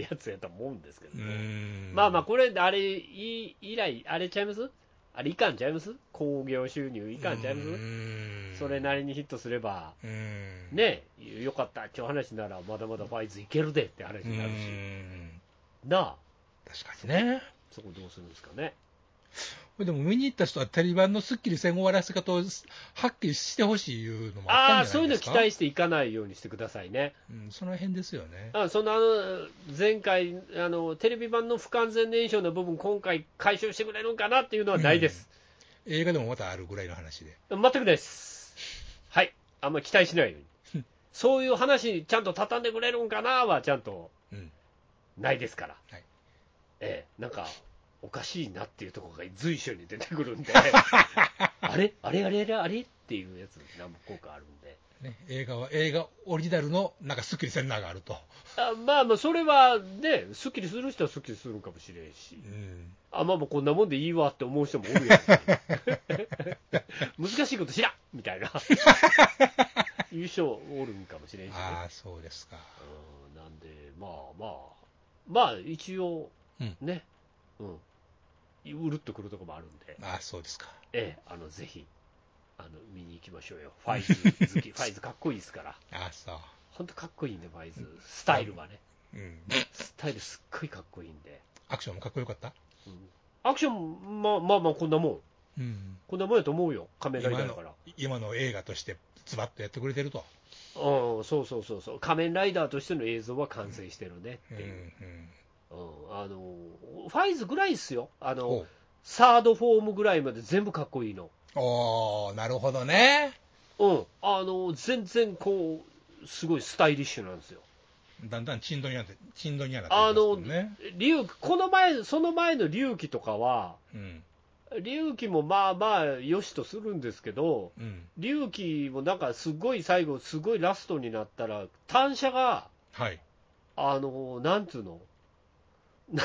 A: やつやと思うんですけど
C: う
A: ね、
C: ん。
A: まあまあ、これ、あれい以来、あれちゃいますあれいかんちゃいます興行収入いかんちゃいま
C: う
A: す
C: ん
A: それなりにヒットすれば、
C: うん。
A: ね、よかったっていう話なら、まだまだファイズいけるでって話
C: う
A: になるし、
C: ん。
A: なあ、
C: 確かにね。
A: そこどうするんですかね。
C: これでも見に行った人はテレビ版のスッキリ戦終わらせ方をはっきりしてほしいいうのも
A: あ
C: あ
A: あー、
C: ったんじゃ
A: そうい
C: な
A: うの
C: いです
A: 期
C: か。
A: 待していかないようにしてくださいね。
C: うん、その辺ですよね。
A: あそのあの前回あの、テレビ版の不完全燃焼の部分、今回回収してくれるんかなっていうのはないです。
C: 映画でもまたあるぐらいの話で。
A: 全くないです。はい。あんまり期待しないように。そういう話にちゃんと畳んでくれるんかなはちゃんと
C: うん
A: ないですから、
C: はい
A: ええ、なんかおかしいなっていうところが随所に出てくる んで、あれ、あれ、あれ、あれ、あれっていうやつ、何個かあるんで、
C: ね、映画は映画オリジナルのなんかすっきりせんながあると、
A: あまあまあ、それはね、すっきりする人はすっきりするかもしれんし
C: う、ん、
A: あまあまあ、こんなもんでいいわって思う人もおるやん か、 難しいこと知らんみ たいな、いう人おるんかもしれんしね。
C: ああ、そうですか、
A: うんなんで、まあまあ、まあ一応
C: うん、
A: ね、うん、うるっとくるとこもあるんで、
C: ああ、そうですか、
A: ええ、あのぜひあの見に行きましょうよ、ファイズ好 き、ファイズかっこいいですから、
C: ああ、そう、
A: 本当かっこいいね、ファイズ、スタイルはね、
C: うん、
A: スタイルすっごいかっこいいんで、
C: アクションもかっこよかった、
A: うんアクション、まあまあまあ、こんなもん、
C: うん、
A: こんなもんやと思うよ、仮面ライダ
C: 今
A: ーだから
C: の。今の映画として、ズバッとやってくれてると、
A: うん、そうそうそうそう、仮面ライダーとしての映像は完成してるね
C: う
A: っ
C: ん
A: ていう、うんあのファイズぐらいっすよ、あ
C: うん、
A: の
C: おう
A: サードフォームぐらいまで全部かっこいいの。
C: おーなるほどね、
A: うん。あの、全然こう、すごいスタイリッシュなんですよ。
C: だんだんちんどんになって、ちんどんにはなってきますもんね、
A: 龍騎、この前、その前の龍騎とかは、
C: うん、
A: 龍騎もまあまあ、よしとするんですけど、
C: うん、
A: 龍騎もなんかすごい最後、すごいラストになったら、単車が、
C: はい、
A: あの、なんつうの、な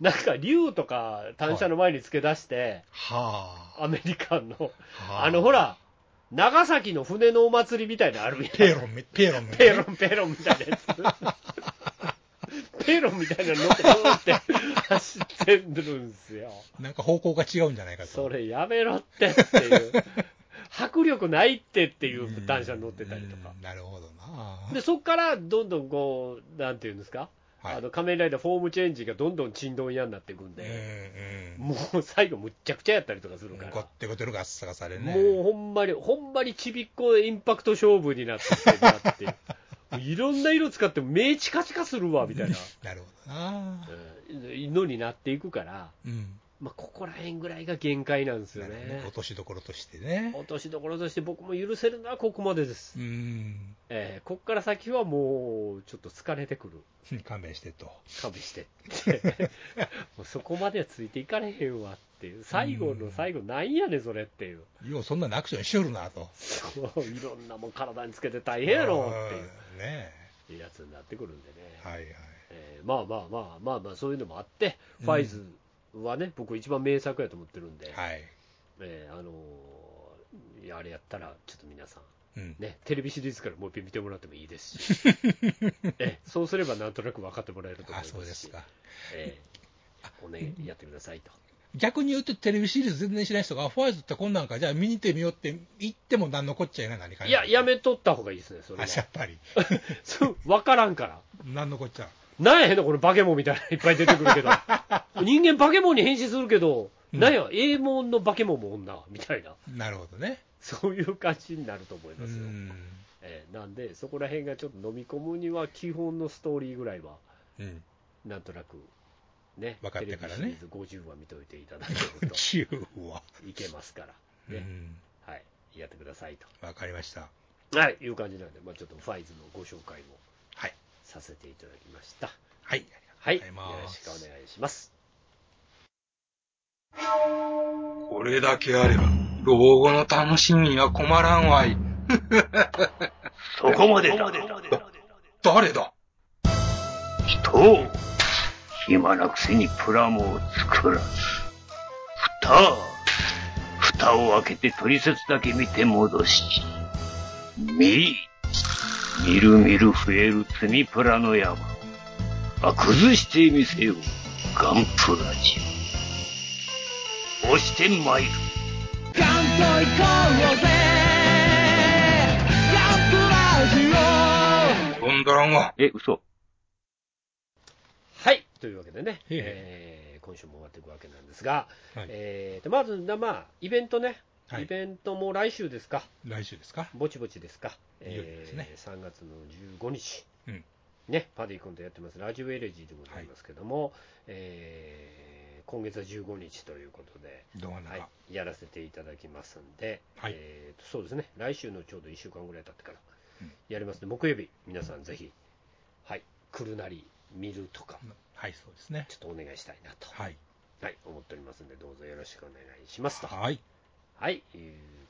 A: なんか竜とか単車の前に付け出して、
C: は
A: アメリカンの、
C: あ、
A: あのほ、ら、長崎の船のお祭りみたいなのあるみたい
C: ペ
A: な
C: ーロンみ、ペーロンみたい
A: ペ
C: な
A: ロンペロンみたいなやつ。ペロンみたいなの乗って、ブーって走ってるんですよ。
C: なんか方向が違うんじゃないかと、
A: それやめろってっていう。迫力ないってっていう単車に乗ってたりとか
C: う。んなるほどな、
A: で、そっからどんどんこう、なんていうんですか、
C: はい
A: あの仮面ライダーフォームチェンジがどんどんちんどん嫌になっていくんで、
C: うん
A: もう最後むっちゃくちゃやったりとかす
C: う
A: る
C: ん、
A: から。
C: ゴッテゴテのガッサガサでね、
A: もうほんまに、ほんまにちびっこインパクト勝負になってきてるな っていう。もういろんな色使っても目チカチカするわ、みたいな。
C: なるほどな、
A: うんのになっていくから、
C: うん、
A: まあ、ここら辺ぐらいが限界なんですよ
C: なるほどね
A: ね
C: 落。としどころとしてね、
A: 落としどころとして僕も許せるのはここまでです。
C: うん、
A: えーここから先はもうちょっと疲れてくる。
C: 勘弁してと、
A: 勘弁して って。もうそこまではついていかれへんわっていう。最後の最後なんやねんそれっていう。
C: ようそんなのアクションしよるなと、
A: そう、いろんなもん体につけて大変やろっ
C: うんね
A: ていうやつになってくるんでね。
C: えはいはい、
A: えーまあまあまあまあまあそういうのもあって、ファイズはね、僕一番名作やと思ってるんで。
C: はい、
A: えーあのーいやあれやったら、ちょっと皆さん、
C: うん、
A: ね、テレビシリーズからもう一遍見てもらってもいいですし、 えそうすればなんとなく分かってもらえると思い
C: あ
A: ますし、
C: そうですか、
A: えーおね、やってくださいと。
C: 逆に言うと、テレビシリーズ全然知らない人が、あファイズってこんなんか、じゃあ見に行ってみようって言っても、なんのこっちゃいない、何か
A: いや、やめとった方がいいですね、それ
C: あ
A: は。
C: やっぱり、
A: そう分からんから。
C: なんのこっちゃ、
A: なんやへんの、このバケモンみたいなのいっぱい出てくるけ ど、人間バケモンに変身するけど、
C: うん
A: なんや、エーモンのバケモンも女みたいな、
C: なるほどね、
A: そういう感じになると思いうますよ。
C: ん、
A: えーなんで、そこら辺がちょっと飲み込むには、基本のストーリーぐらいは。
C: うん、
A: なんとなく、ね、
C: 分かってからね
A: テレビシリーズ50話見といていただけ ると
C: 9は、
A: いけますから、
C: う
A: ね
C: ん、
A: はい、やってください
C: わかりました、
A: と、はい、いう感じなんで、まあ、ちょっとファイズのご紹介を
C: はい、
A: させていただきました。
C: はい、
A: はい、よ
C: ありがとうござ
A: ろし
C: います
A: くお願いします。
D: これだけあれば、老後の楽しみには困らんわい。
E: そこまでだ。
D: 誰だ
E: 人を、暇なくせにプラモを作らず。蓋、蓋を開けて取説だけ見て戻し、見、みるみる増える積みプラの山。あ、崩してみせよう。ガンプラジオ。押して参る。
D: ゴンドランは、
E: え、嘘。
A: はい、というわけでね、
C: へいへい
A: えー今週も終わっていくわけなんですが、
C: はい
A: えーとまず、なまあ、イベントね、
C: はい
A: イベントも来週ですか、
C: 来週ですか、
A: ぼちぼちですか、
C: いよいよですね
A: えー3月の15日、
C: うん
A: ね、パディ君とやってます、ラジオエレジーでございますけども、えー今月は15日ということで、
C: どうなんだ
A: は
C: か、
A: い、やらせていただきますんで、
C: はい
A: えーとそうですね、来週のちょうど1週間ぐらい経ってから、やりますね、木曜日、皆さんぜひ、はい、来るなり見るとか、
C: はい、そうですね。
A: ちょっとお願いしたいなと、は
C: はい。
A: い、思っておりますんで、どうぞよろしくお願いしますと。
C: はい。
A: はい、いう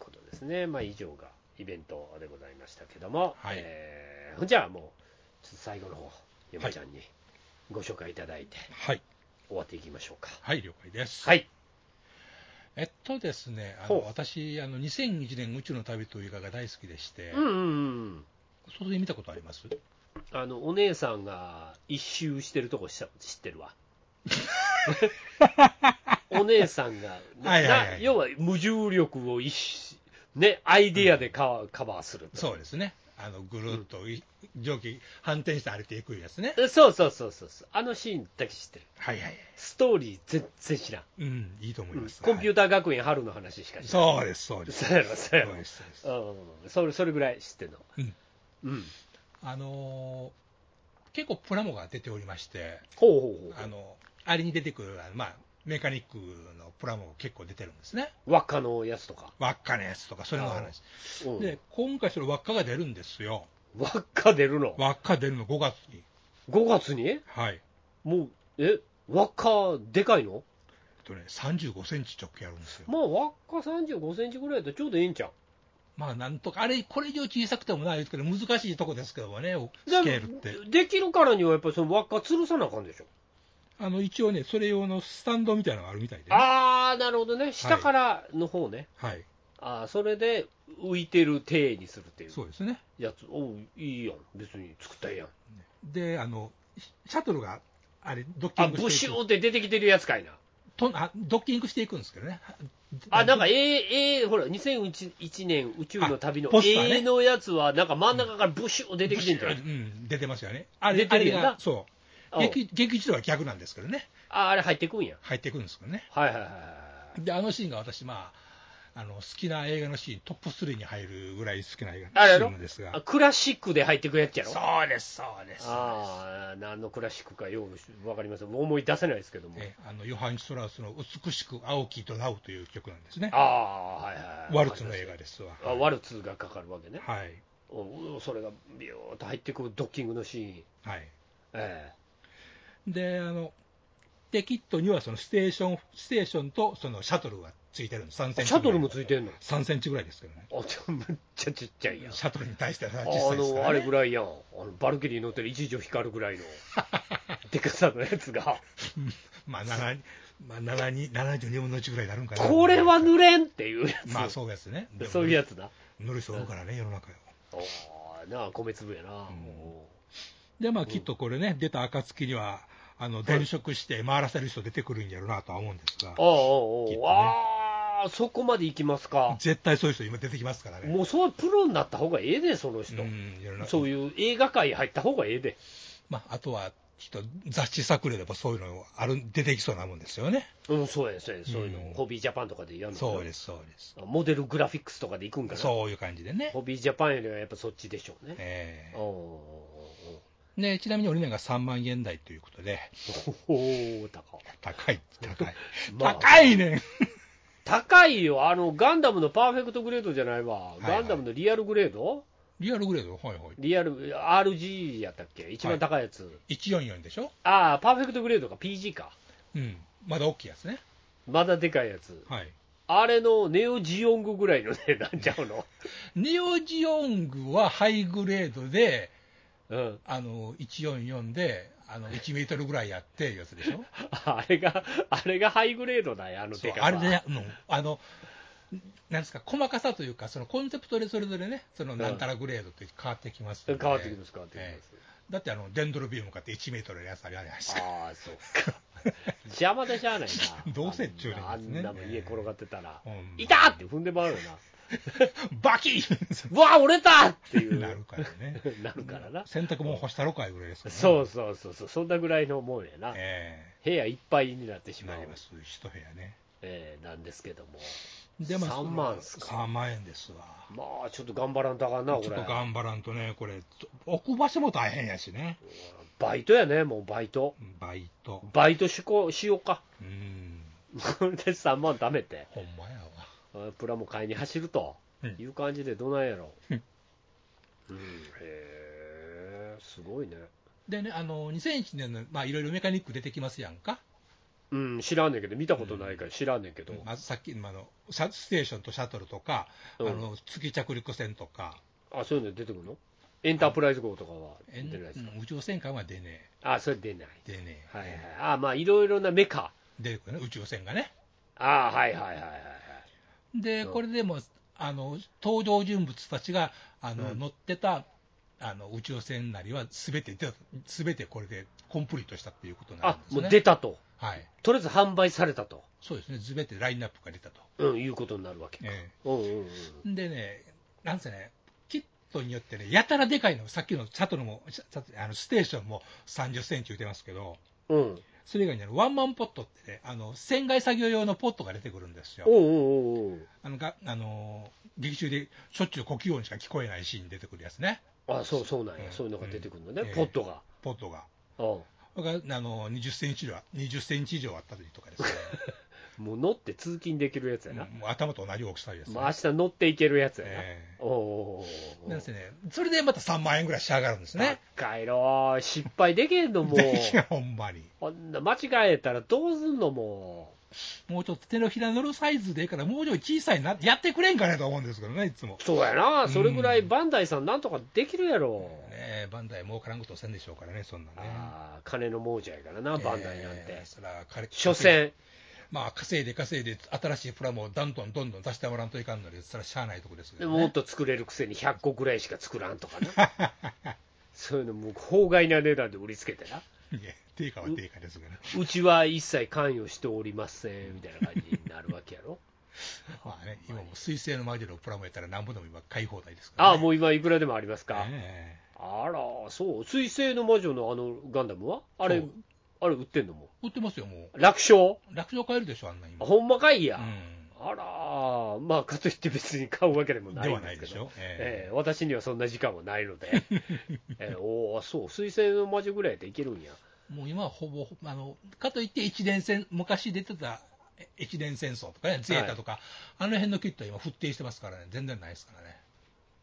A: ことですね。まあ、以上がイベントでございましたけども、
C: はい
A: えーほんじゃあもう、ちょっと最後の方、ゆめちゃんにご紹介いただいて、
C: はい。
A: 終わっていきましょうか。
C: はい、了解です。
A: はい、
C: えっとですね、あ
A: ほ
C: の
A: う
C: 私、あの2001年宇宙の旅という映画が大好きでして、
A: うんうんうん。
C: それ見たことあります
A: あの、お姉さんが一周してるとこした知って るわ。お姉さんが、な
C: はいはいはい
A: な要は無重力を一周ね、アイデアでカバー,、カバーすると
C: そうですね。あの、ぐるっとい、蒸気反転して歩いていくやつね。
A: えそうそうそうそうそう。あのシーンだけ知ってる。
C: はいはい。
A: ストーリー全然知らん。
C: うん、いいと思います。
A: コンピュー
C: ー
A: ター学園春の話しか知らん。
C: そうです、そうです。
A: そうやろ、そうやろ
C: そうですそうです
A: うんそれ。それぐらい知ってるの。
C: うん
A: うん。
C: あのー結構プラモが出ておりまして、
A: ほうほうほう。
C: あの、あれに出てくる、あのまあ、メカニックのプラモ結構出てるんですね。
A: 輪っかのやつとか。
C: 輪っかのやつとか、それの話。
A: うん
C: で、今回それ輪っかが出るんですよ。
A: 輪っか出るの。
C: 輪っか出るの5月に。
A: 5月に
C: はい。
A: もう、え、輪っかでかいの
C: えっとね、35センチ直径あるんですよ。
A: まあ、輪っか35センチぐらいだとちょうどいいんちゃ
C: まあ、なんとか、あれ、これ以上小さくてもないですけど、難しいとこですけどもね、
A: う
C: スケールって。
A: でできるからには、やっぱりその輪っか吊るさなあかんでしょ。
C: あの、一応ね、それ用のスタンドみたいなのがあるみたいで、ね。
A: あー、なるほどね。下からの方ね。
C: はい。
A: あーそれで浮いてる体にするっていう
C: そうですね。
A: やつ。おういいやん。別に作ったらええやん。
C: で、あの、シシャトルが、あれ、ドッキ
A: あ、
C: ング
A: ブ
C: し
A: シ
C: てい
A: ュ
C: く
A: ーって出てきてるやつかいな。
C: とあドッキングしていくんですけどね。
A: あ、なんか、えええーほら、2001年宇宙の旅の
C: あポスターね
A: ええのやつは、なんか真ん中からブシュー出てきてんじゃん。
C: うん、出てますよね。あれ、
A: 出てるやん
C: あ
A: な
C: れがそう。
A: あ
C: 劇劇中は逆なんですけどね。
A: ああれ入ってくんや。
C: 入ってくるんですけどね。
A: はいはいはいはい。
C: で、あのシーンが私、まあ、あの、好きな映画のシーン、トップ3に入るぐらい好きな映
A: あ
C: 画
A: れや
C: のシ
A: ろ
C: ーンです
A: あ
C: が。
A: クラシックで入ってくやつやろ
C: そうです、そうです。
A: ああ、何のクラシックかよう分かりません。思い出せないですけども。
C: えあのヨハン・シュトラウスの「美しく青きドナウ」という曲なんですね
A: あ、あ、はいはい。
C: ワルツの映画ですわ。
A: あ。ワルツがかかるわけね。
C: はい、
A: おおそれがビューッと入ってくるドッキングのシーン。
C: はい、
A: え
C: で、あの、で、キットにはそのステーション、ステーションとそのシャトルがついてるんです、3
A: え
C: センチぐらい。
A: シャトルもついてんの
C: 3センチぐらいですけどね。
A: あ、ちょめっちゃちっちゃいやん。
C: シャトルに対しては
A: あ
C: 小さいですか
A: の、あ
C: ら、
A: れぐ
C: ね。
A: らいやん。あのバルキリー乗ってる一条光るぐ らいの。でかさのやつが。
C: まあ、7、まあ、7に、72分の1ぐらいになるんかな。
A: これは濡れんっていうやつ。
C: まあ、そうですね。でも
A: そういうやつだ。
C: 乗る人多いからね、世の中よ。
A: おーなあ、米粒やな。おー
C: で、まあ、きっとこれね、出た暁には、あの、転職して回らせる人出てくるんやろうなとは思うんですが
A: あ、おうおうおう
C: きっとね
A: あーそこまで行きますか。
C: 絶対そういう人今出てきますからね。
A: もうそうプロになった方がええで、その人。
C: うん世の中
A: そういう映画界入った方がええで。
C: まあ、あとは、ちょっと雑誌作例でもそういうのある出てきそうなもんですよね。
A: うん、そうや、そうや、そういうの、
C: うん
A: ホビージャパンとかでやるの。
C: そうです、そうです。
A: モデルグラフィックスとかで行くんかな。
C: そういう感じでね。
A: ホビージャパンよりはやっぱそっちでしょうね。
C: え
A: おーお
C: えねちなみにお値段が3万円台ということで、
A: ーおーおー高い。
C: 高い、高い
A: まあ
C: 高いねん
A: 高いよ、あのガンダムのパーフェクトグレードじゃないわ、
C: いはい
A: ガンダムのリアルグレード
C: リアルグレード、はいは
A: リアル、RG やったっけ、一番高いやつ、
C: い。144でしょ
A: ああ、パーフェクトグレードか、PG か、
C: うん。まだ大きいやつね。
A: まだでかいやつ、
C: はい。
A: あれのネオジオングぐらい の値段ちゃうの、
C: ネオジオングはハイグレードで、
A: うん、
C: あの、144で、あの、1メートルぐらいやって、やつでしょ
A: あれが、あれがハイグレードだよ、あの
C: そう
A: でかさ
C: あれで、うん、あの、なんですか、細かさというか、そのコンセプトでそれぞれね、そのなんたらグレードって変わってきますの
A: 変
C: で
A: わってきます、変わってきます。
C: だってあの、デンドロビウム買って1メートルのやつあるじゃないですか。
A: ああ、そっか。邪魔でしゃあないな。
C: どうせっちゅうねん
A: あんなあんなもん
C: ね
A: 家転がってたら
C: ほんま、
A: いたって踏んでまうよ
C: バキー
A: な。わあ、折れたっていう。
C: なるからね。
A: なるからな。
C: 洗濯物干したろかいぐらいですから、ね。
A: そうそうそうそう、そんなぐらいのもんやな。
C: え
A: 部屋いっぱいになってし
C: え
A: ま
C: なり
A: う
C: ま。す、一部屋ね。
A: えーなんですけども。
C: で、まあ、
A: 3万っすか
C: 3万円ですわ。
A: まあ、ちょっと頑張らんとあかんな、こ
C: ちょっ
A: れ
C: と。頑張らんとね、これ、置く場所も大変やしね。
A: バイトやね、もうバイト。
C: バイト。
A: バイトしこしようか。
C: うん、
A: これで3万貯めて、
C: ほんまやわ。
A: プラも買いに走ると
C: うん
A: いう感じでどないやろ。うん、へえ、すごいね。
C: でね、あの2001年の、まあ、いろいろメカニック出てきますやんか、
A: うん、知らんねんけど、見たことないから知らんねんけど。
C: まずさっきのあのシャステーションとシャトルとか、あ
A: うん
C: の月着陸船とか、
A: あ、そういうの出てくるのエンタープライズ号とかは
C: え
A: 出
C: ん
A: てないですか、
C: うん宇宙戦艦は出ね
A: あ、それ出ない。
C: え、出ねえ、
A: はいはい。あ、まあ、いろいろなメカ。
C: 出てくるね、宇宙船がね。
A: あはいはいはいはいはい。
C: で、
A: うん
C: これでもあの登場人物たちがあの、
A: うん
C: 乗ってたあの宇宙船なりはすべて出たすべてこれでコンプリートしたっていうことなん
A: あ
C: で、すね。
A: もう出たと。
C: はい、
A: とりあえず販売されたと。
C: そうですね。すべてラインナップが出たと。
A: うん、いうことになるわけか。
C: え
A: うんうんうん。
C: えでね、なんせね、キットによってね、やたらでかいの、さっきのチャトルも、シャシャあのステーションも30センチ言ってますけど、
A: うん。
C: それ以外にあのワンマンポットってね、あの船外作業用のポットが出てくるんですよ。
A: おうおうおうおう
C: あのがあのー劇中でしょっちゅう呼吸音しか聞こえないシーンに出てくるやつね、
A: あそうそうなんや、
C: うん
A: そういうのが出てくるのね、
C: うん
A: ポットが。
C: ポットが。
A: うん
C: それからあのー20センチ以上は20センチ以上あったり とかですね、
A: もう乗って通勤できるやつやな、
C: もう頭と同じ大きさですね。
A: まあ明日乗っていけるやつやな、
C: ええ
A: おうおうおうおう
C: なんせね、それでまた3万円ぐらい仕上がるんですね。
A: 高いろ、失敗できへん のもう、
C: ほんまに。
A: こんな間違えたらどうすんのも
C: もうちょっと手のひら乗るサイズでいいから、もうちょい小さいな、やってくれんかねと思うんですけどね、いつも
A: う、。そうやな、それぐらいバンダイさん、なんとかできるやろ、
C: ねえ、バンダイ儲からんことせんでしょうからね、そんなね。
A: ああ金の亡者やからな、バンダイなんて、
C: ええそら彼
A: 所詮、
C: まあ、稼いで稼いで、新しいプラモをどんどんどんどん出してもらわんといかんので、それはしゃあないとこですけど、ね、
A: もっと作れるくせに100個ぐらいしか作らんとかな、 そういうの、もう法外な値段で売りつけてな。
C: いや定価は定価ですけどね、
A: うちは一切関与しておりませんみたいな感じになるわけやろ。
C: まあね、今もう水星の魔女のプラモやったら、なんぼでも今、買い放題ですから、ね、
A: ああ、もう今いくらでもありますか。
C: え
A: あら、そう、水星の魔女のあのガンダムはあれ
C: そう、
A: あれ売ってんのも
C: え売ってますよ、もう、
A: う楽勝
C: 楽勝買えるでしょ、あんな今。
A: ほんまかいや。
C: うん
A: あら、まあ、かといって別に買うわけでもない
C: で
A: ん
C: は
A: ですけど。
C: ないでしょ、
A: え
C: え
A: え私にはそんな時間はないので、ええおお、そう、水星の魔女ぐらいでいけるんや、
C: えもう今はほぼあの、かといって一連戦、昔出てたえ一連戦争とかね、ゼータとか、あの辺のキットは今、沸騰してますからね、全然ないですからね、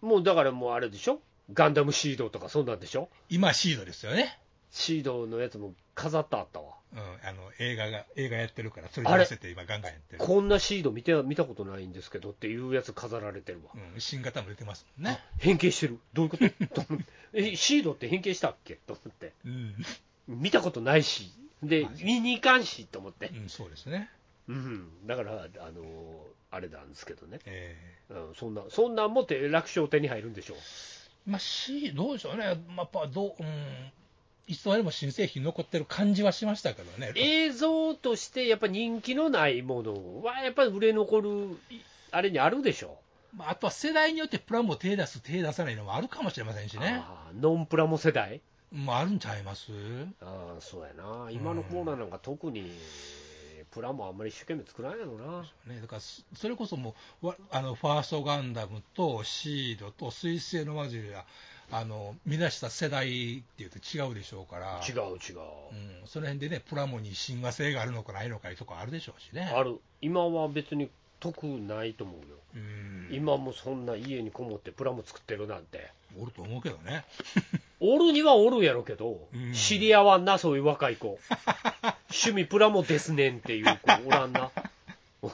A: もうだからもうあれでしょ、ガンダムシードとかそんなんでしょ、
C: 今、シードですよね、
A: シードのやつも飾ってあったわ、
C: うん、あの映画が映画やってるから、それに合わせて今、ガンガンやってる、
A: こんなシード見て見たことないんですけどっていうやつ飾られてるわ、
C: うん、新型も出てますもんね。
A: 変形してる、どういうことと思ってえシードって変形したっけと思って、
C: うん、
A: 見たことないし、で、
C: はい
A: 見に行かんしと思って
C: う、ん、そうですね、
A: うん、だから、あのーあれなんですけどね、
C: ええ
A: うん、そんな、そんなんもて楽勝手に入るんでしょう、
C: まあ、C、どうでしょうね、まあ、やっぱどう、うん、いつまでも新製品残ってる感じはしましたけどね、
A: 映像としてやっぱ人気のないものは、やっぱり売れ残る、いあれにあるでしょ
C: まあ、あとは世代によってプラモ手出す、手出さないのもあるかもしれませんし
A: う、
C: ね、
A: あーノンプラモ世代。
C: もうあるんちゃいます
A: ああそうやな今のコーナーなんか特にプラもあんまり一生懸命作らんやろな
C: ね、だからそそれこそもうわあのファーストガンダムとシードと水星の魔女やあの見出した世代っていうと違うでしょうから
A: 違う違う、
C: うん、その辺でねプラモに親和性があるのかないのかいうとこあるでしょうしね
A: ある今は別に得ないと思うよ、
C: うん
A: 今もそんな家にこもってプラも作ってるなんて
C: おると思うけどね
A: おるにはおるやろけど、
C: うん
A: 知り合わんなそういう若い 子趣味プラもですねんっていう子おらんな うん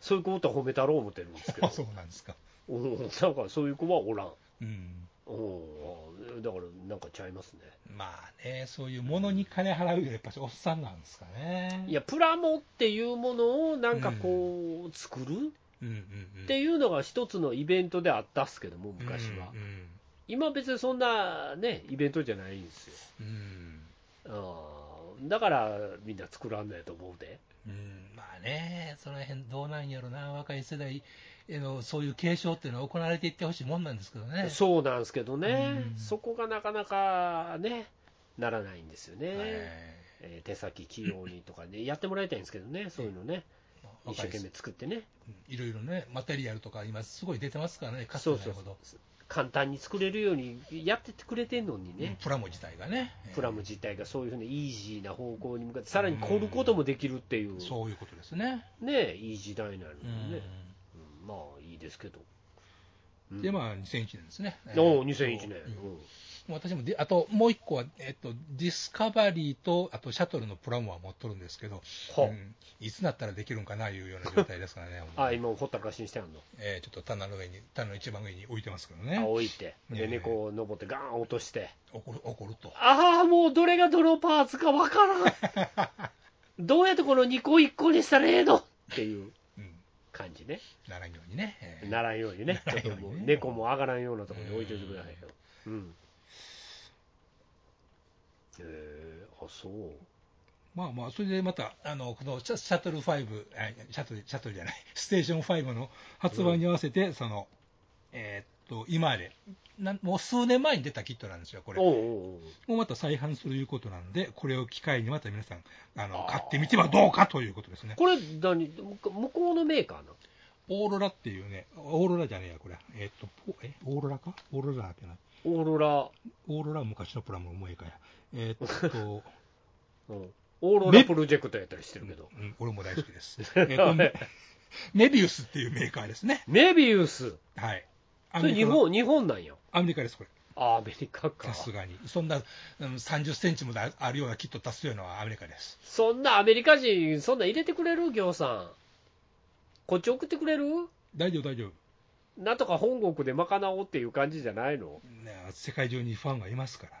A: そういう子おったら褒めたろう思ってるんですけど
C: あ そうなんですか
A: うんだからそういう子はおらん
C: うん
A: うんだからなんかちゃいますね
C: まあね、そういうものに金払うよりやっぱりおっさんなんですかね。
A: いやプラモっていうものをなんかこう作る
C: うんうんうん、
A: っていうのが一つのイベントであったっすけども昔は、
C: うん
A: 今別にそんなねイベントじゃないんですよ
C: うんうん
A: あーだからみんな作らんのやと思うで
C: うんまあね、その辺どうなんやろな、若い世代へのそういう継承っていうのは行われていってほしいもんなんですけどね。
A: そうなんですけどね、
C: うん
A: そこがなかなかねならないんですよね、
C: はい
A: えー手先器用にとかねやってもらいたいんですけどねそういうのね
C: まあ
A: 一生
C: 若い世
A: 懸命作ってね
C: いろいろね、マテリアルとか今すごい出てますからね、かつて
A: そ
C: な
A: う
C: いほ
A: そ
C: ど
A: うそう簡単に作れるようにやっててくれてんのにね、
C: うんプラモ自体がね。
A: プラム自体がそういうふうにイージーな方向に向かって、さらに凝ることもできるっていう、
C: そういうことですね。
A: ねえ、いい時代なので
C: うん
A: ね、うんまあいいですけど、
C: で、まあ、2001年ですね。えー
A: おう2001年、
C: 私もディあともう一個は、えっと、ディスカバリーと、あとシャトルのプラモは持っとるんですけど、
A: は
C: うんいつなったらできるんかないうような状態ですからね、
A: あ今ほったらかしにしてあんの、
C: えーちょっと棚の上に、棚の一番上に置いてますけど
A: あ
C: ね、
A: 置いて、
C: ね
A: で猫を登って、ガーン落として、
C: 怒る怒ると、
A: ああ、もうどれがどのパーツかわからん、 どうやってこの2個1個にしたらええのっていう
C: うん、
A: 感じね、
C: ならんようにね、えー
A: ならんように ね、
C: な
A: ち
C: ら
A: ょ
C: ん
A: っ
C: よ
A: と
C: うにね
A: もう猫も上がらんようなところに置いておいてくださいよ。うんへえあそう
C: まあまあ、それでまた、あのこのシャシャトル5、あシャトル、シャトルじゃない、ステーション5の発売に合わせて、その、えーっと、今までなん、もう数年前に出たキットなんですよ、これ。
A: おうおうおう
C: もうまた再販するということなんで、これを機会にまた皆さん、あの
A: あー
C: 買ってみてはどうかということですね。
A: これ何向こうのメーカーなの
C: オーロラっていうね、オーロラじゃねえや、これ。えっと、ポえオーロラかオーロラだっけな。
A: オーロラ、
C: オーロラは昔のプラモもええかや。えっ と、
A: うんオーロラプロジェクトやったりしてるけど、
C: うん、俺も大好きです。 えっと、メメビウスっていうメーカーですね。
A: メビウス、
C: はい。ア
A: そ
C: メ
A: れ
C: リ
A: 日
C: カの
A: 本日本なんや、
C: アメリカです、これ。
A: あアメリカか
C: さ、すがに。そんな、うん、30センチもだあるようなキット足すようなのはアメリカです。
A: そんなアメリカ人、そんなん入れてくれる、行さん、こっち送ってくれる
C: 大丈夫、大丈夫。
A: なんとか本国で賄おうっていう感じじゃないの、
C: ね世界中にファンがいますから。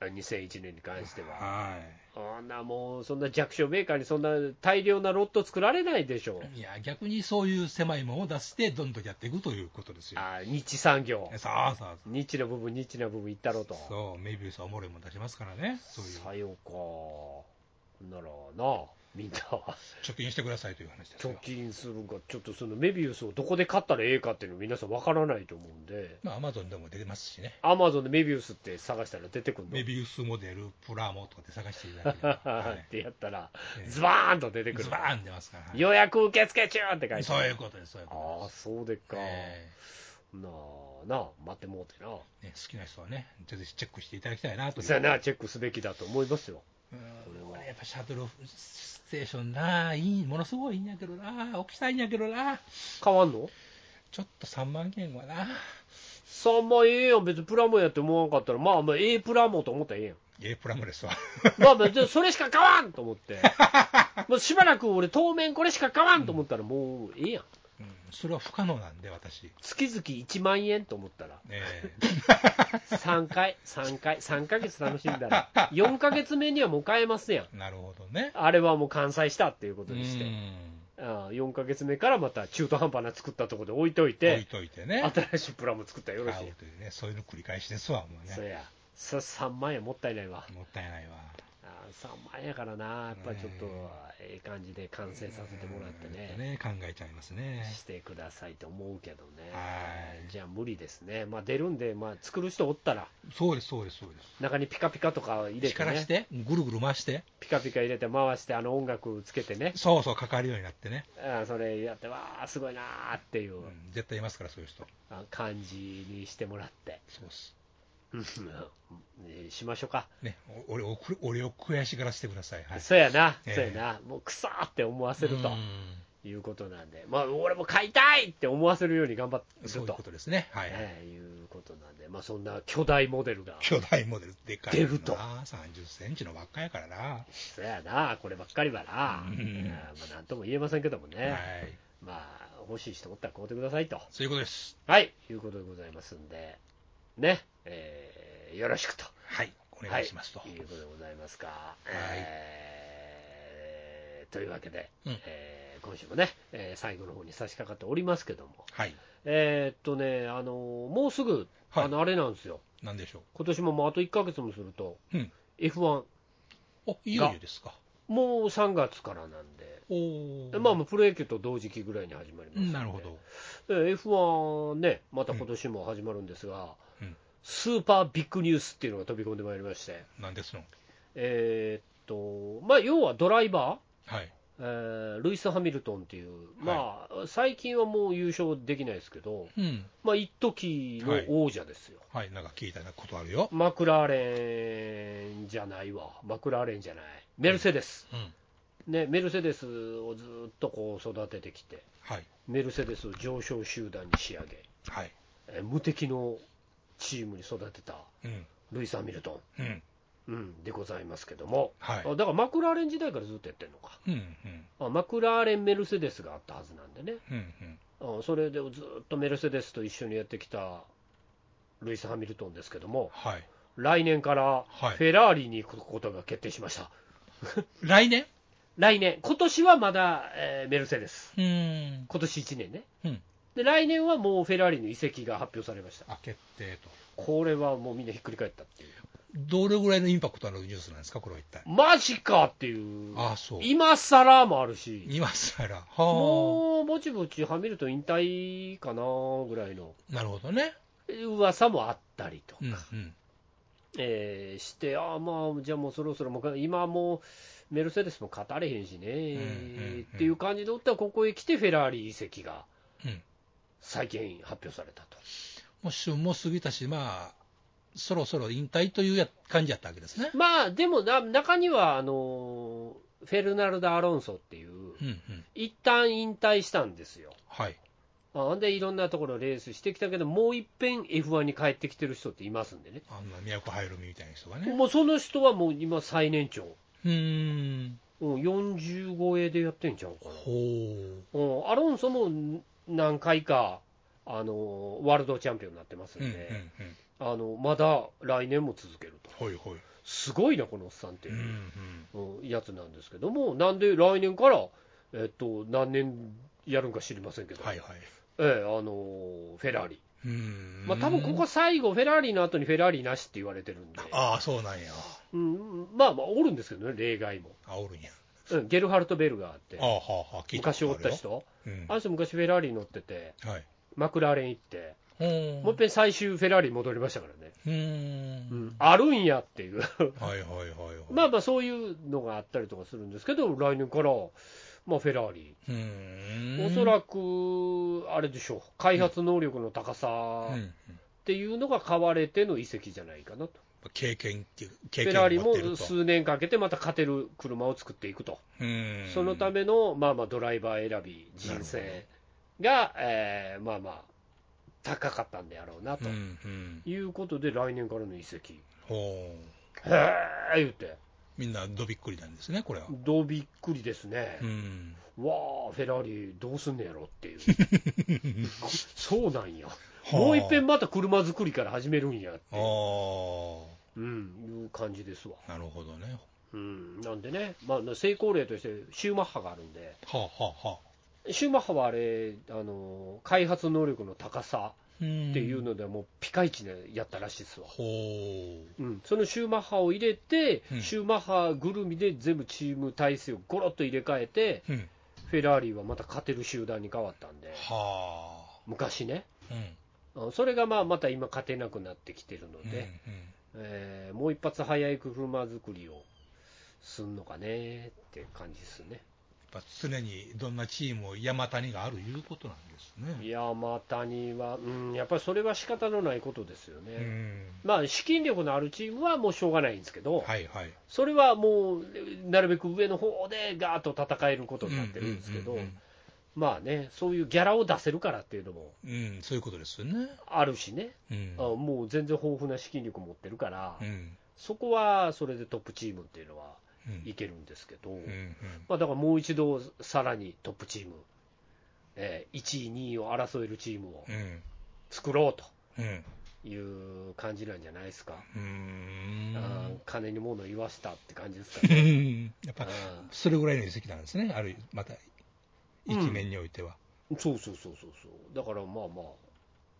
A: あ2001年に関しては。
C: はい。
A: あんなもう、そんな弱小メーカーにそんな大量なロット作られないでしょ
C: いや、逆にそういう狭いものを出して、どんどんやっていくということですよ。
A: あ日産業、
C: さあさあ、
A: 日の部分、日の部分いったろと。
C: そう、メビウスはおもろいもん出しますからね、そういう、
A: さようか、ならな、みんな、
C: 貯金してくださいという話です
A: 貯
C: よ。
A: 金するが、ちょっとそのメビウスをどこで買ったらええかっていうの、皆さんわからないと思うんで、
C: まあ、アマゾンでも出てますしね、
A: アマゾンでメビウスって探したら出てくるの
C: メ。ビウスモデル、プラモとかで探していただけれ ば、は
A: ってやったら、
C: い、
A: ズバーンと出てくる
C: ズ。バーン出ますから、はい
A: 予約受付中って書いてある
C: そういうことです、そういう
A: あ
C: こ
A: あ、そうでっ
C: と
A: か。
C: です。え
A: なあ、なあ、待ってもうてな。
C: えね、好きな人はね、ぜひチェックしていただきたいなという。
A: そやな、チェックすべきだと思いますよ。
C: うん
A: れは
C: 俺やっぱシャトルステーションな、いい、ものすごいいいんやけどな、起きたいんやけどな、
A: 変わんの
C: ちょっと3万円はな。
A: ?3 万ええやん、別にプラモやって思わんかったら、まあ、まあ、ええプラモと思ったらええ やん。
C: ええプラモですわ。
A: まあまあ、でそれしか買わんと思って、もうしばらく俺、当面これしか買わんと思ったら、もうええやん、
C: うん、それは不可能なんで、私。
A: 月々1万円と思ったら、
C: え
A: 3回、3回、3ヶ月楽しんだら、4ヶ 月目にはもう買えますやん、
C: えなるほど ね。
A: あれはもう完済したっていうことにして
C: うん、
A: あ4ヶ月目からまた中途半端な作ったところで置いとい
C: 置い
A: て、
C: といてね。
A: 新しいプラモ作ったらよろしい
C: 買
A: や、
C: うというね、そういうの繰り返しですわ、もうん
A: そ
C: ね。
A: や、さ3万円もったいないわ、
C: もったいないわ。
A: あ3万円やからな、やっぱりちょっとええ感じで完成させてもらってね。
C: うん考えちゃいますね。
A: してくださいと思うけどね、
C: はい
A: じゃあ無理ですね、まあ、出るんで、まあ、作る人おったら、
C: そうです、そうです、そうです。
A: 中にピカピカとか入れて、
C: 力
A: ね
C: し、て、ぐるぐる回して、
A: ピカピカ入れて回して、あの音楽つけてね、
C: そうそう、かかるようになってね。
A: あそれやって、わあ、すごいなーっていううん
C: 絶対いますから、そういう人。
A: あ感じにしてもらって、
C: そうっす。
A: うんえしましょうか、
C: ね、お俺をく、俺を悔しがらせてください。はい。
A: そうやな、
C: ええ
A: そうやな、もうくさーって思わせると
C: うん
A: いうことなんで、まあ、俺も買いたいって思わせるように頑張ってる
C: そういう
A: と
C: ことですね。はい。
A: ええいうことなんで、まあ、そんな巨大モデルが。
C: 巨大モデルでかい
A: 出
C: な。
A: ると
C: 30センチのばっかやからな。
A: そやな、こればっかりはな、
C: うん
A: うんまあ、なんとも言えませんけどもね、
C: はい。
A: まあ、欲しい人おったら買うてくださいと、
C: そういうことです。
A: はい、いうことでございますんで、ね、えーよろしくと。
C: はい。お願いしますと。
A: はい、いうことでございますか。えーというわけで、
C: うん
A: えー今週もね、えー最後の方に差し掛かっておりますけども、
C: はい。
A: えーっとね、あのもうすぐ、
C: はい
A: あのあれなんですよ、
C: なんでしょ
A: 今年ももうあと1ヶ月もすると、
C: う。うん。
A: F1、
C: お、いよいよですか。
A: もう3月からなんで、
C: お
A: まあ、
C: ま
A: まあプロ野球と同時期ぐらいに始まりますんで
C: なるほど。
A: で F1 ね、また今年も始まるんですが、
C: うん
A: スーパービッグニュースっていうのが飛び込んでまいりまして、
C: なんですの。
A: えーっとまあ、要はドライバー、
C: はい。
A: えールイス・ハミルトンっていう、まあ、最近はもう優勝できないですけど、
C: うん。
A: まあ一時の王者ですよ、
C: はい。なんか聞いたことあるよ。
A: マクラーレンじゃないわ、マクラーレンじゃない、メルセデス、
C: うん。
A: ね、メルセデスをずっとこう育ててきて、
C: はい。
A: メルセデスを上昇集団に仕上げ、
C: はい。
A: えー無敵のチームに育てた
C: うん。
A: ルイス・ハミルト
C: うん。
A: ン、うん、でございますけども、
C: はい
A: あだからマクラーレン時代からずっとやってるのか
C: うん。うん。
A: あ、マクラーレン・メルセデスがあったはずなんでね、
C: うん。うん。
A: あそれでずっとメルセデスと一緒にやってきたルイス・ハミルトンですけども、
C: はい。
A: 来年から
C: はい
A: フェラーリに行くことが決定しました、
C: 来年
A: 来年、今年はまだ、えーメルセデス、
C: うーん。
A: 今年1年ね。
C: うん。
A: で来年はもうフェラーリの移籍が発表されました、
C: あ、決定と。
A: これはもうみんなひっくり返ったっていう、
C: どれぐらいのインパクトのあるニュースなんですか、これは一体。
A: マジかっていう、
C: あそう。
A: 今更もあるし、
C: 今更。はあ。
A: もうぼちぼちハミルトン引退かなぐらいの
C: なるほどね。
A: 噂もあったりとか、
C: うん。うん。
A: えーして、ああ、まあ、じゃあもうそろそろもうか、今もうメルセデスも勝たれへんしね、
C: うんうんうん
A: っていう感じでおったら、ここへ来てフェラーリ移籍が
C: うん。
A: 最近発表されたと。
C: もう旬も過ぎたし、まあ、そろそろ引退というや感じやったわけですね。
A: まあ、でもな、中には、あのーフェルナルド・アロンソっていう、
C: うんうん。
A: 一旦引退したんですよ。
C: はい。
A: あほんでいろんなところレースしてきたけど、もういっぺん F1 に帰ってきてる人っていますんでね、
C: あんな都入るみたいな人がね。
A: もうその人はもう今、最年長、
C: うーん。
A: うん、40超えでやってんちゃうかな。
C: ほ
A: うん、アロンソもん何回か、あのワールドチャンピオンになってますん
C: う。う
A: で、
C: んうんうん。
A: あのまだ来年も続けると、
C: ほいほい。
A: すごいな、このおっさんって
C: う
A: い
C: んう
A: う、
C: ん。
A: うんやつなんですけども、なんで来年から、えっと、何年やるんか知りませんけど、
C: はいはい。
A: ええあのフェラーリ、
C: うーん。
A: まあ多分ここは最後、フェラーリの後にフェラーリなしって言われてるんで、
C: ああ、そうなんや。
A: うん、まあまあ、おるんですけどね、例外も、
C: あおるんや。
A: うん、ゲルハルト・ベルがあって
C: あ、あ、はあ、はあ、聞いた
A: 昔
C: こ
A: お
C: とあ
A: っ
C: るよ
A: た。人、
C: うん。
A: あの人、昔フェラーリ乗ってて、
C: はい。
A: マクラーレン行って。
C: ほー
A: もう一遍最終フェラーリに戻りましたからね、
C: うーん。
A: あるんやっていう、
C: はいはいはいはい。
A: まあまあそういうのがあったりとかするんですけど、来年から、まあ、フェラーリ、
C: うーん。
A: おそらくあれでしょう、開発能力の高
C: う
A: さ
C: ん。うん
A: っていうのが買われての移籍じゃないかなと、
C: 経験っていう、
A: フ
C: 経
A: ェ
C: 験
A: ラー
C: を
A: リ
C: 持って
A: も
C: ると。
A: 数年かけてまた勝てる車を作っていくと、
C: うん
A: そのた。めのまあまあドライバー選び、人生が、えーまあまあ、高かったんであろうな
C: う
A: と。
C: んうん。
A: いうことで来年からの移籍、
C: ほう。
A: へー言って、
C: みんなどびっくりなんですね、これは。
A: どうびっくりですね
C: う、ん。
A: わあ、フェラーリどうすんねやろっていう、 そうなんや、
C: あ
A: もういっぺんまた車作りから始めるんやって
C: あ
A: い
C: あ
A: う、うん、いう感じですわ、
C: ー、なるほどね。
A: うん、なんでね、まあ、成功例としてシューマッハがあるんで、
C: はあ、はあ、はあ。
A: シューマッハはあれ、あの開発能力の高さ
C: って
A: っていう
C: の。
A: ので、もうピカイチでやったらしいですわ。
C: ほう。
A: うん、そのシューマッハを入れて、
C: うん
A: シューマッハぐるみで全部チーム体制をゴロッと入れ替えて、
C: うん。
A: フェラーリはまた勝てる集団に変わったんで、
C: はあ。
A: 昔ね、
C: うん。
A: うんそれがまあまた今、勝てなくなってきてるの
C: うん
A: で、えーもう一発早い車作りをすんのかねって感じですね。
C: やっぱ常にどんなチームも山谷があるいうことなんですね。
A: 山谷は、うん、やっぱりそれは仕方のないことですよね。
C: うん。
A: まあ、資金力のあるチームはもうしょうがないんですけど、
C: はいはい。
A: それはもう、なるべく上の方でガーッと戦えることになってるんですけ
C: う
A: ど
C: んう、ん
A: まあね、そういうギャラを出せるからっていうのも
C: うんうんそういうことですよね。
A: あるしね、
C: うん。
A: あもう全然豊富な資金力持ってるから、
C: うん。
A: そこはそれでトップチームっていうのは
C: うん
A: いけるんですけど、
C: うんうん
A: まあ、だからもう一度さらにトップチーム、えー1位、2位を争えるチームを
C: うん。
A: 作ろうと
C: うん。
A: いう感じなんじゃないですか、
C: うーん
A: あー金に物言わしたって感じですか
C: う
A: ね。
C: ん。やっ
A: あ
C: ぱ、それぐらいの遺跡なんですね。ある、また、一面においては。
A: ーそうそうそうそうそう、だからまあま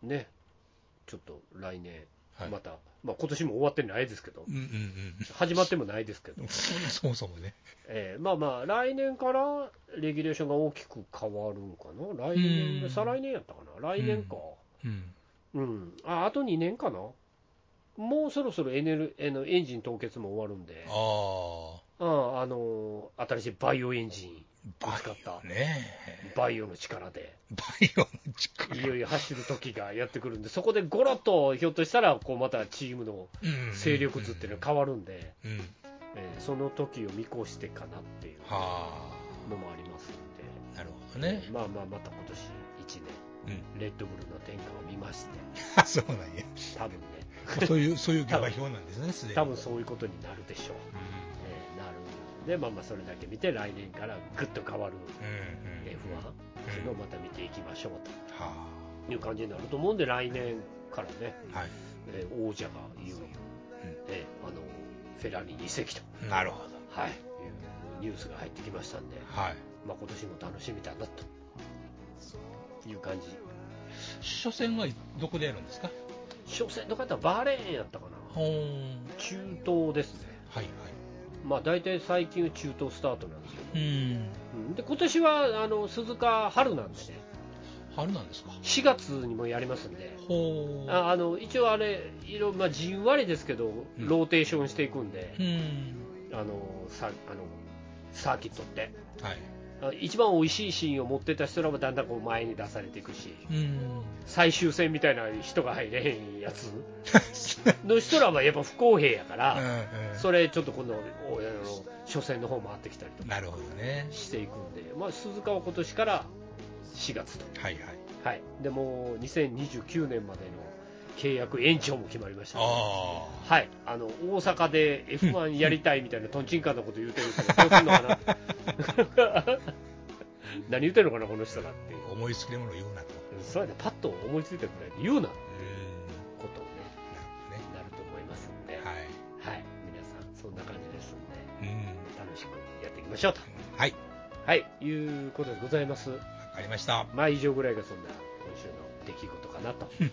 A: あ、ね、ちょっと来年、
C: はい
A: また、まあ今年も終わってないですけど
C: う、んうん
A: 始まってもないですけど
C: う、ん。 そもそもね。
A: えーまあまあ、来年からレギュレーションが大きく変わるんかな、来
C: う
A: 年、
C: ん
A: 再来年やったかな、来年か、
C: うん。
A: うん、ああと2年かな、もうそろそろエネルえーのエンジン凍結も終わるんで、
C: あ
A: あ
C: あ。
A: ああのー新しいバイオエンジンを
C: バ
A: 使った
C: イオね。
A: バイオの力で、
C: バイオの力。
A: いよいよ走る時がやってくるんで、そこでゴロッとひょっとしたら、こうまたチームの勢力図っていうのが変わるんで、
C: うん。うん
A: えーその時を見越してかなっていう
C: は
A: のもありますんで。
C: あ。なるほどよね。
A: まあまあ、また今年1
C: うん。
A: 年、レッドブルの天下を見まして、
C: あ、 そうなんや。
A: 多分ね、
C: まあそう いう、そういう下馬評なんですね、すでに。
A: 多分そういうことになるでしょう。
C: うん。
A: えーなるで、まあまあ、それだけ見て、来年からぐっと変わる
C: うん。うん。
A: F1
C: は
A: っていうのをまた見ていきましょう
C: あ。
A: という感じになると思うんで、来年からね、
C: はい。
A: えー王者がいよいよ、えーあのフェラーリに移籍と、
C: うん。なるほど。
A: はい、いうニュースが入ってきましたんで、
C: はい。
A: まあ今年も楽しみだなという感じ、
C: 初戦はいどこでやるんですか
A: 初戦の方はバーレーンやったかな、
C: ほーん。
A: 中東ですね、
C: はい
A: まあ、大体最近は中東スタートなんですよ、
C: はい。うん。
A: うんで今年はあの鈴鹿春なんでね、
C: 春なんですか
A: 4月にもやりますんで。
C: ほー。
A: ああの一応あれ、いろまあ、じんわりですけど、
C: ん
A: ローテーションしていくんで、
C: うん。
A: あのさあのサーキットって、
C: はい。
A: あ一番美味しいシーンを持ってた人らもだんだんこう前に出されていくし、
C: うん。
A: 最終戦みたいな人が入れへんやつの人らはやっぱ不公平やか
C: うん
A: ら、
C: うん
A: それちょっと今度、おあの初戦の方回ってきたりとか
C: なるほどね。
A: していくんで、まあ、鈴鹿は今年から4月と、
C: はいはい。
A: はい、でもう2029年までの契約延長も決まりました、
C: あ
A: はい、あの大阪で F1 やりたいみたいなとんちんかんなこと言うてるけど、どうすんのかな 何言ってるのかな、この人らっていう
C: あ。思いつきのものを言うなと。
A: そうやね、パッと思いついたくらいで言うな
C: うん。
A: ことをね、
C: な
A: な
C: るほどね。
A: ると思いますんで、はい、
C: はい。
A: 皆さん、そんな感じですんで、
C: うん。
A: 楽しくやっていきましょうと、
C: はい。
A: はい、いうことでございます。
C: わかりました。
A: まあ、以上ぐらいがそんな今週の出来事かなと、
C: は
A: え
C: い。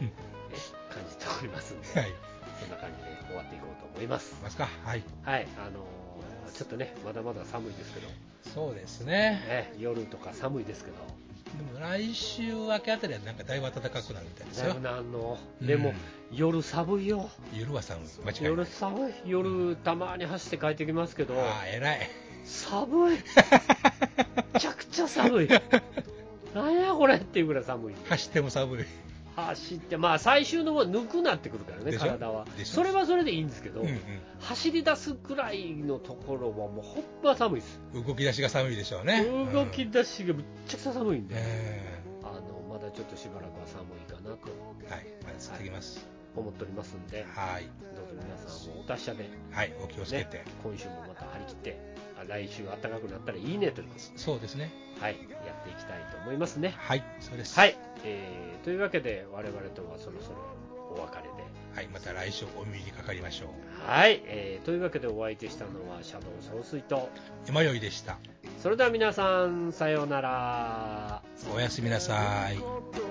A: 感じておりますんで、
C: 行
A: そんな感じで終わっていこうと思います
C: き。ますか。はい。
A: はい、あのーちょっとね、まだまだ寒いですけど、
C: そうですね。
A: ね、夜とか寒いですけど、
C: でも来週明けあたりはなんかだいぶ暖かくなるみたいです
A: だい
C: よ
A: ぶ。なんの、
C: うん
A: でも、夜寒いよ、
C: 夜は寒い。間違いな
A: 夜
C: い。
A: 寒い、夜、たまに走って帰ってきますけど、
C: ああ、偉い。
A: 寒 い、めちゃくちゃ寒い、なんやこれっていうぐらい寒い、
C: 走っても寒い。
A: 走って、まあ、最終の方、抜くなってくるからね、
C: でしょ
A: 体は、
C: でしょ
A: それはそれでいいんですけど、
C: うん
A: 走り出すくらいのところは、もうほんま寒いです、
C: うん。動き出しが寒いでしょうね。
A: 動き
C: うん。
A: 出しがめっちゃくちゃ寒いんで。
C: え
A: あのまだちょっとしばらくは寒いかなと
C: えはい。まだ続きます。
A: 思っておりますんで、
C: はい。
A: どうぞ皆さんもお達者で、
C: はい。お気をつけ
A: ね
C: て。、
A: 今週もまた張り切って、あ来週暖かくなったらいいねということ
C: そうですね。
A: ではい、やっていきたいと思いますね。
C: はい。そうです。
A: はい、えーというわけで、我々とはそろそろお別れで、
C: はい。また来週お耳にかかりましょう。
A: はい、えーというわけでお相手したのはシャドウ総帥と、
C: 今宵でした。
A: それでは皆さん、さようなら。
C: おやすみなさい。
F: こと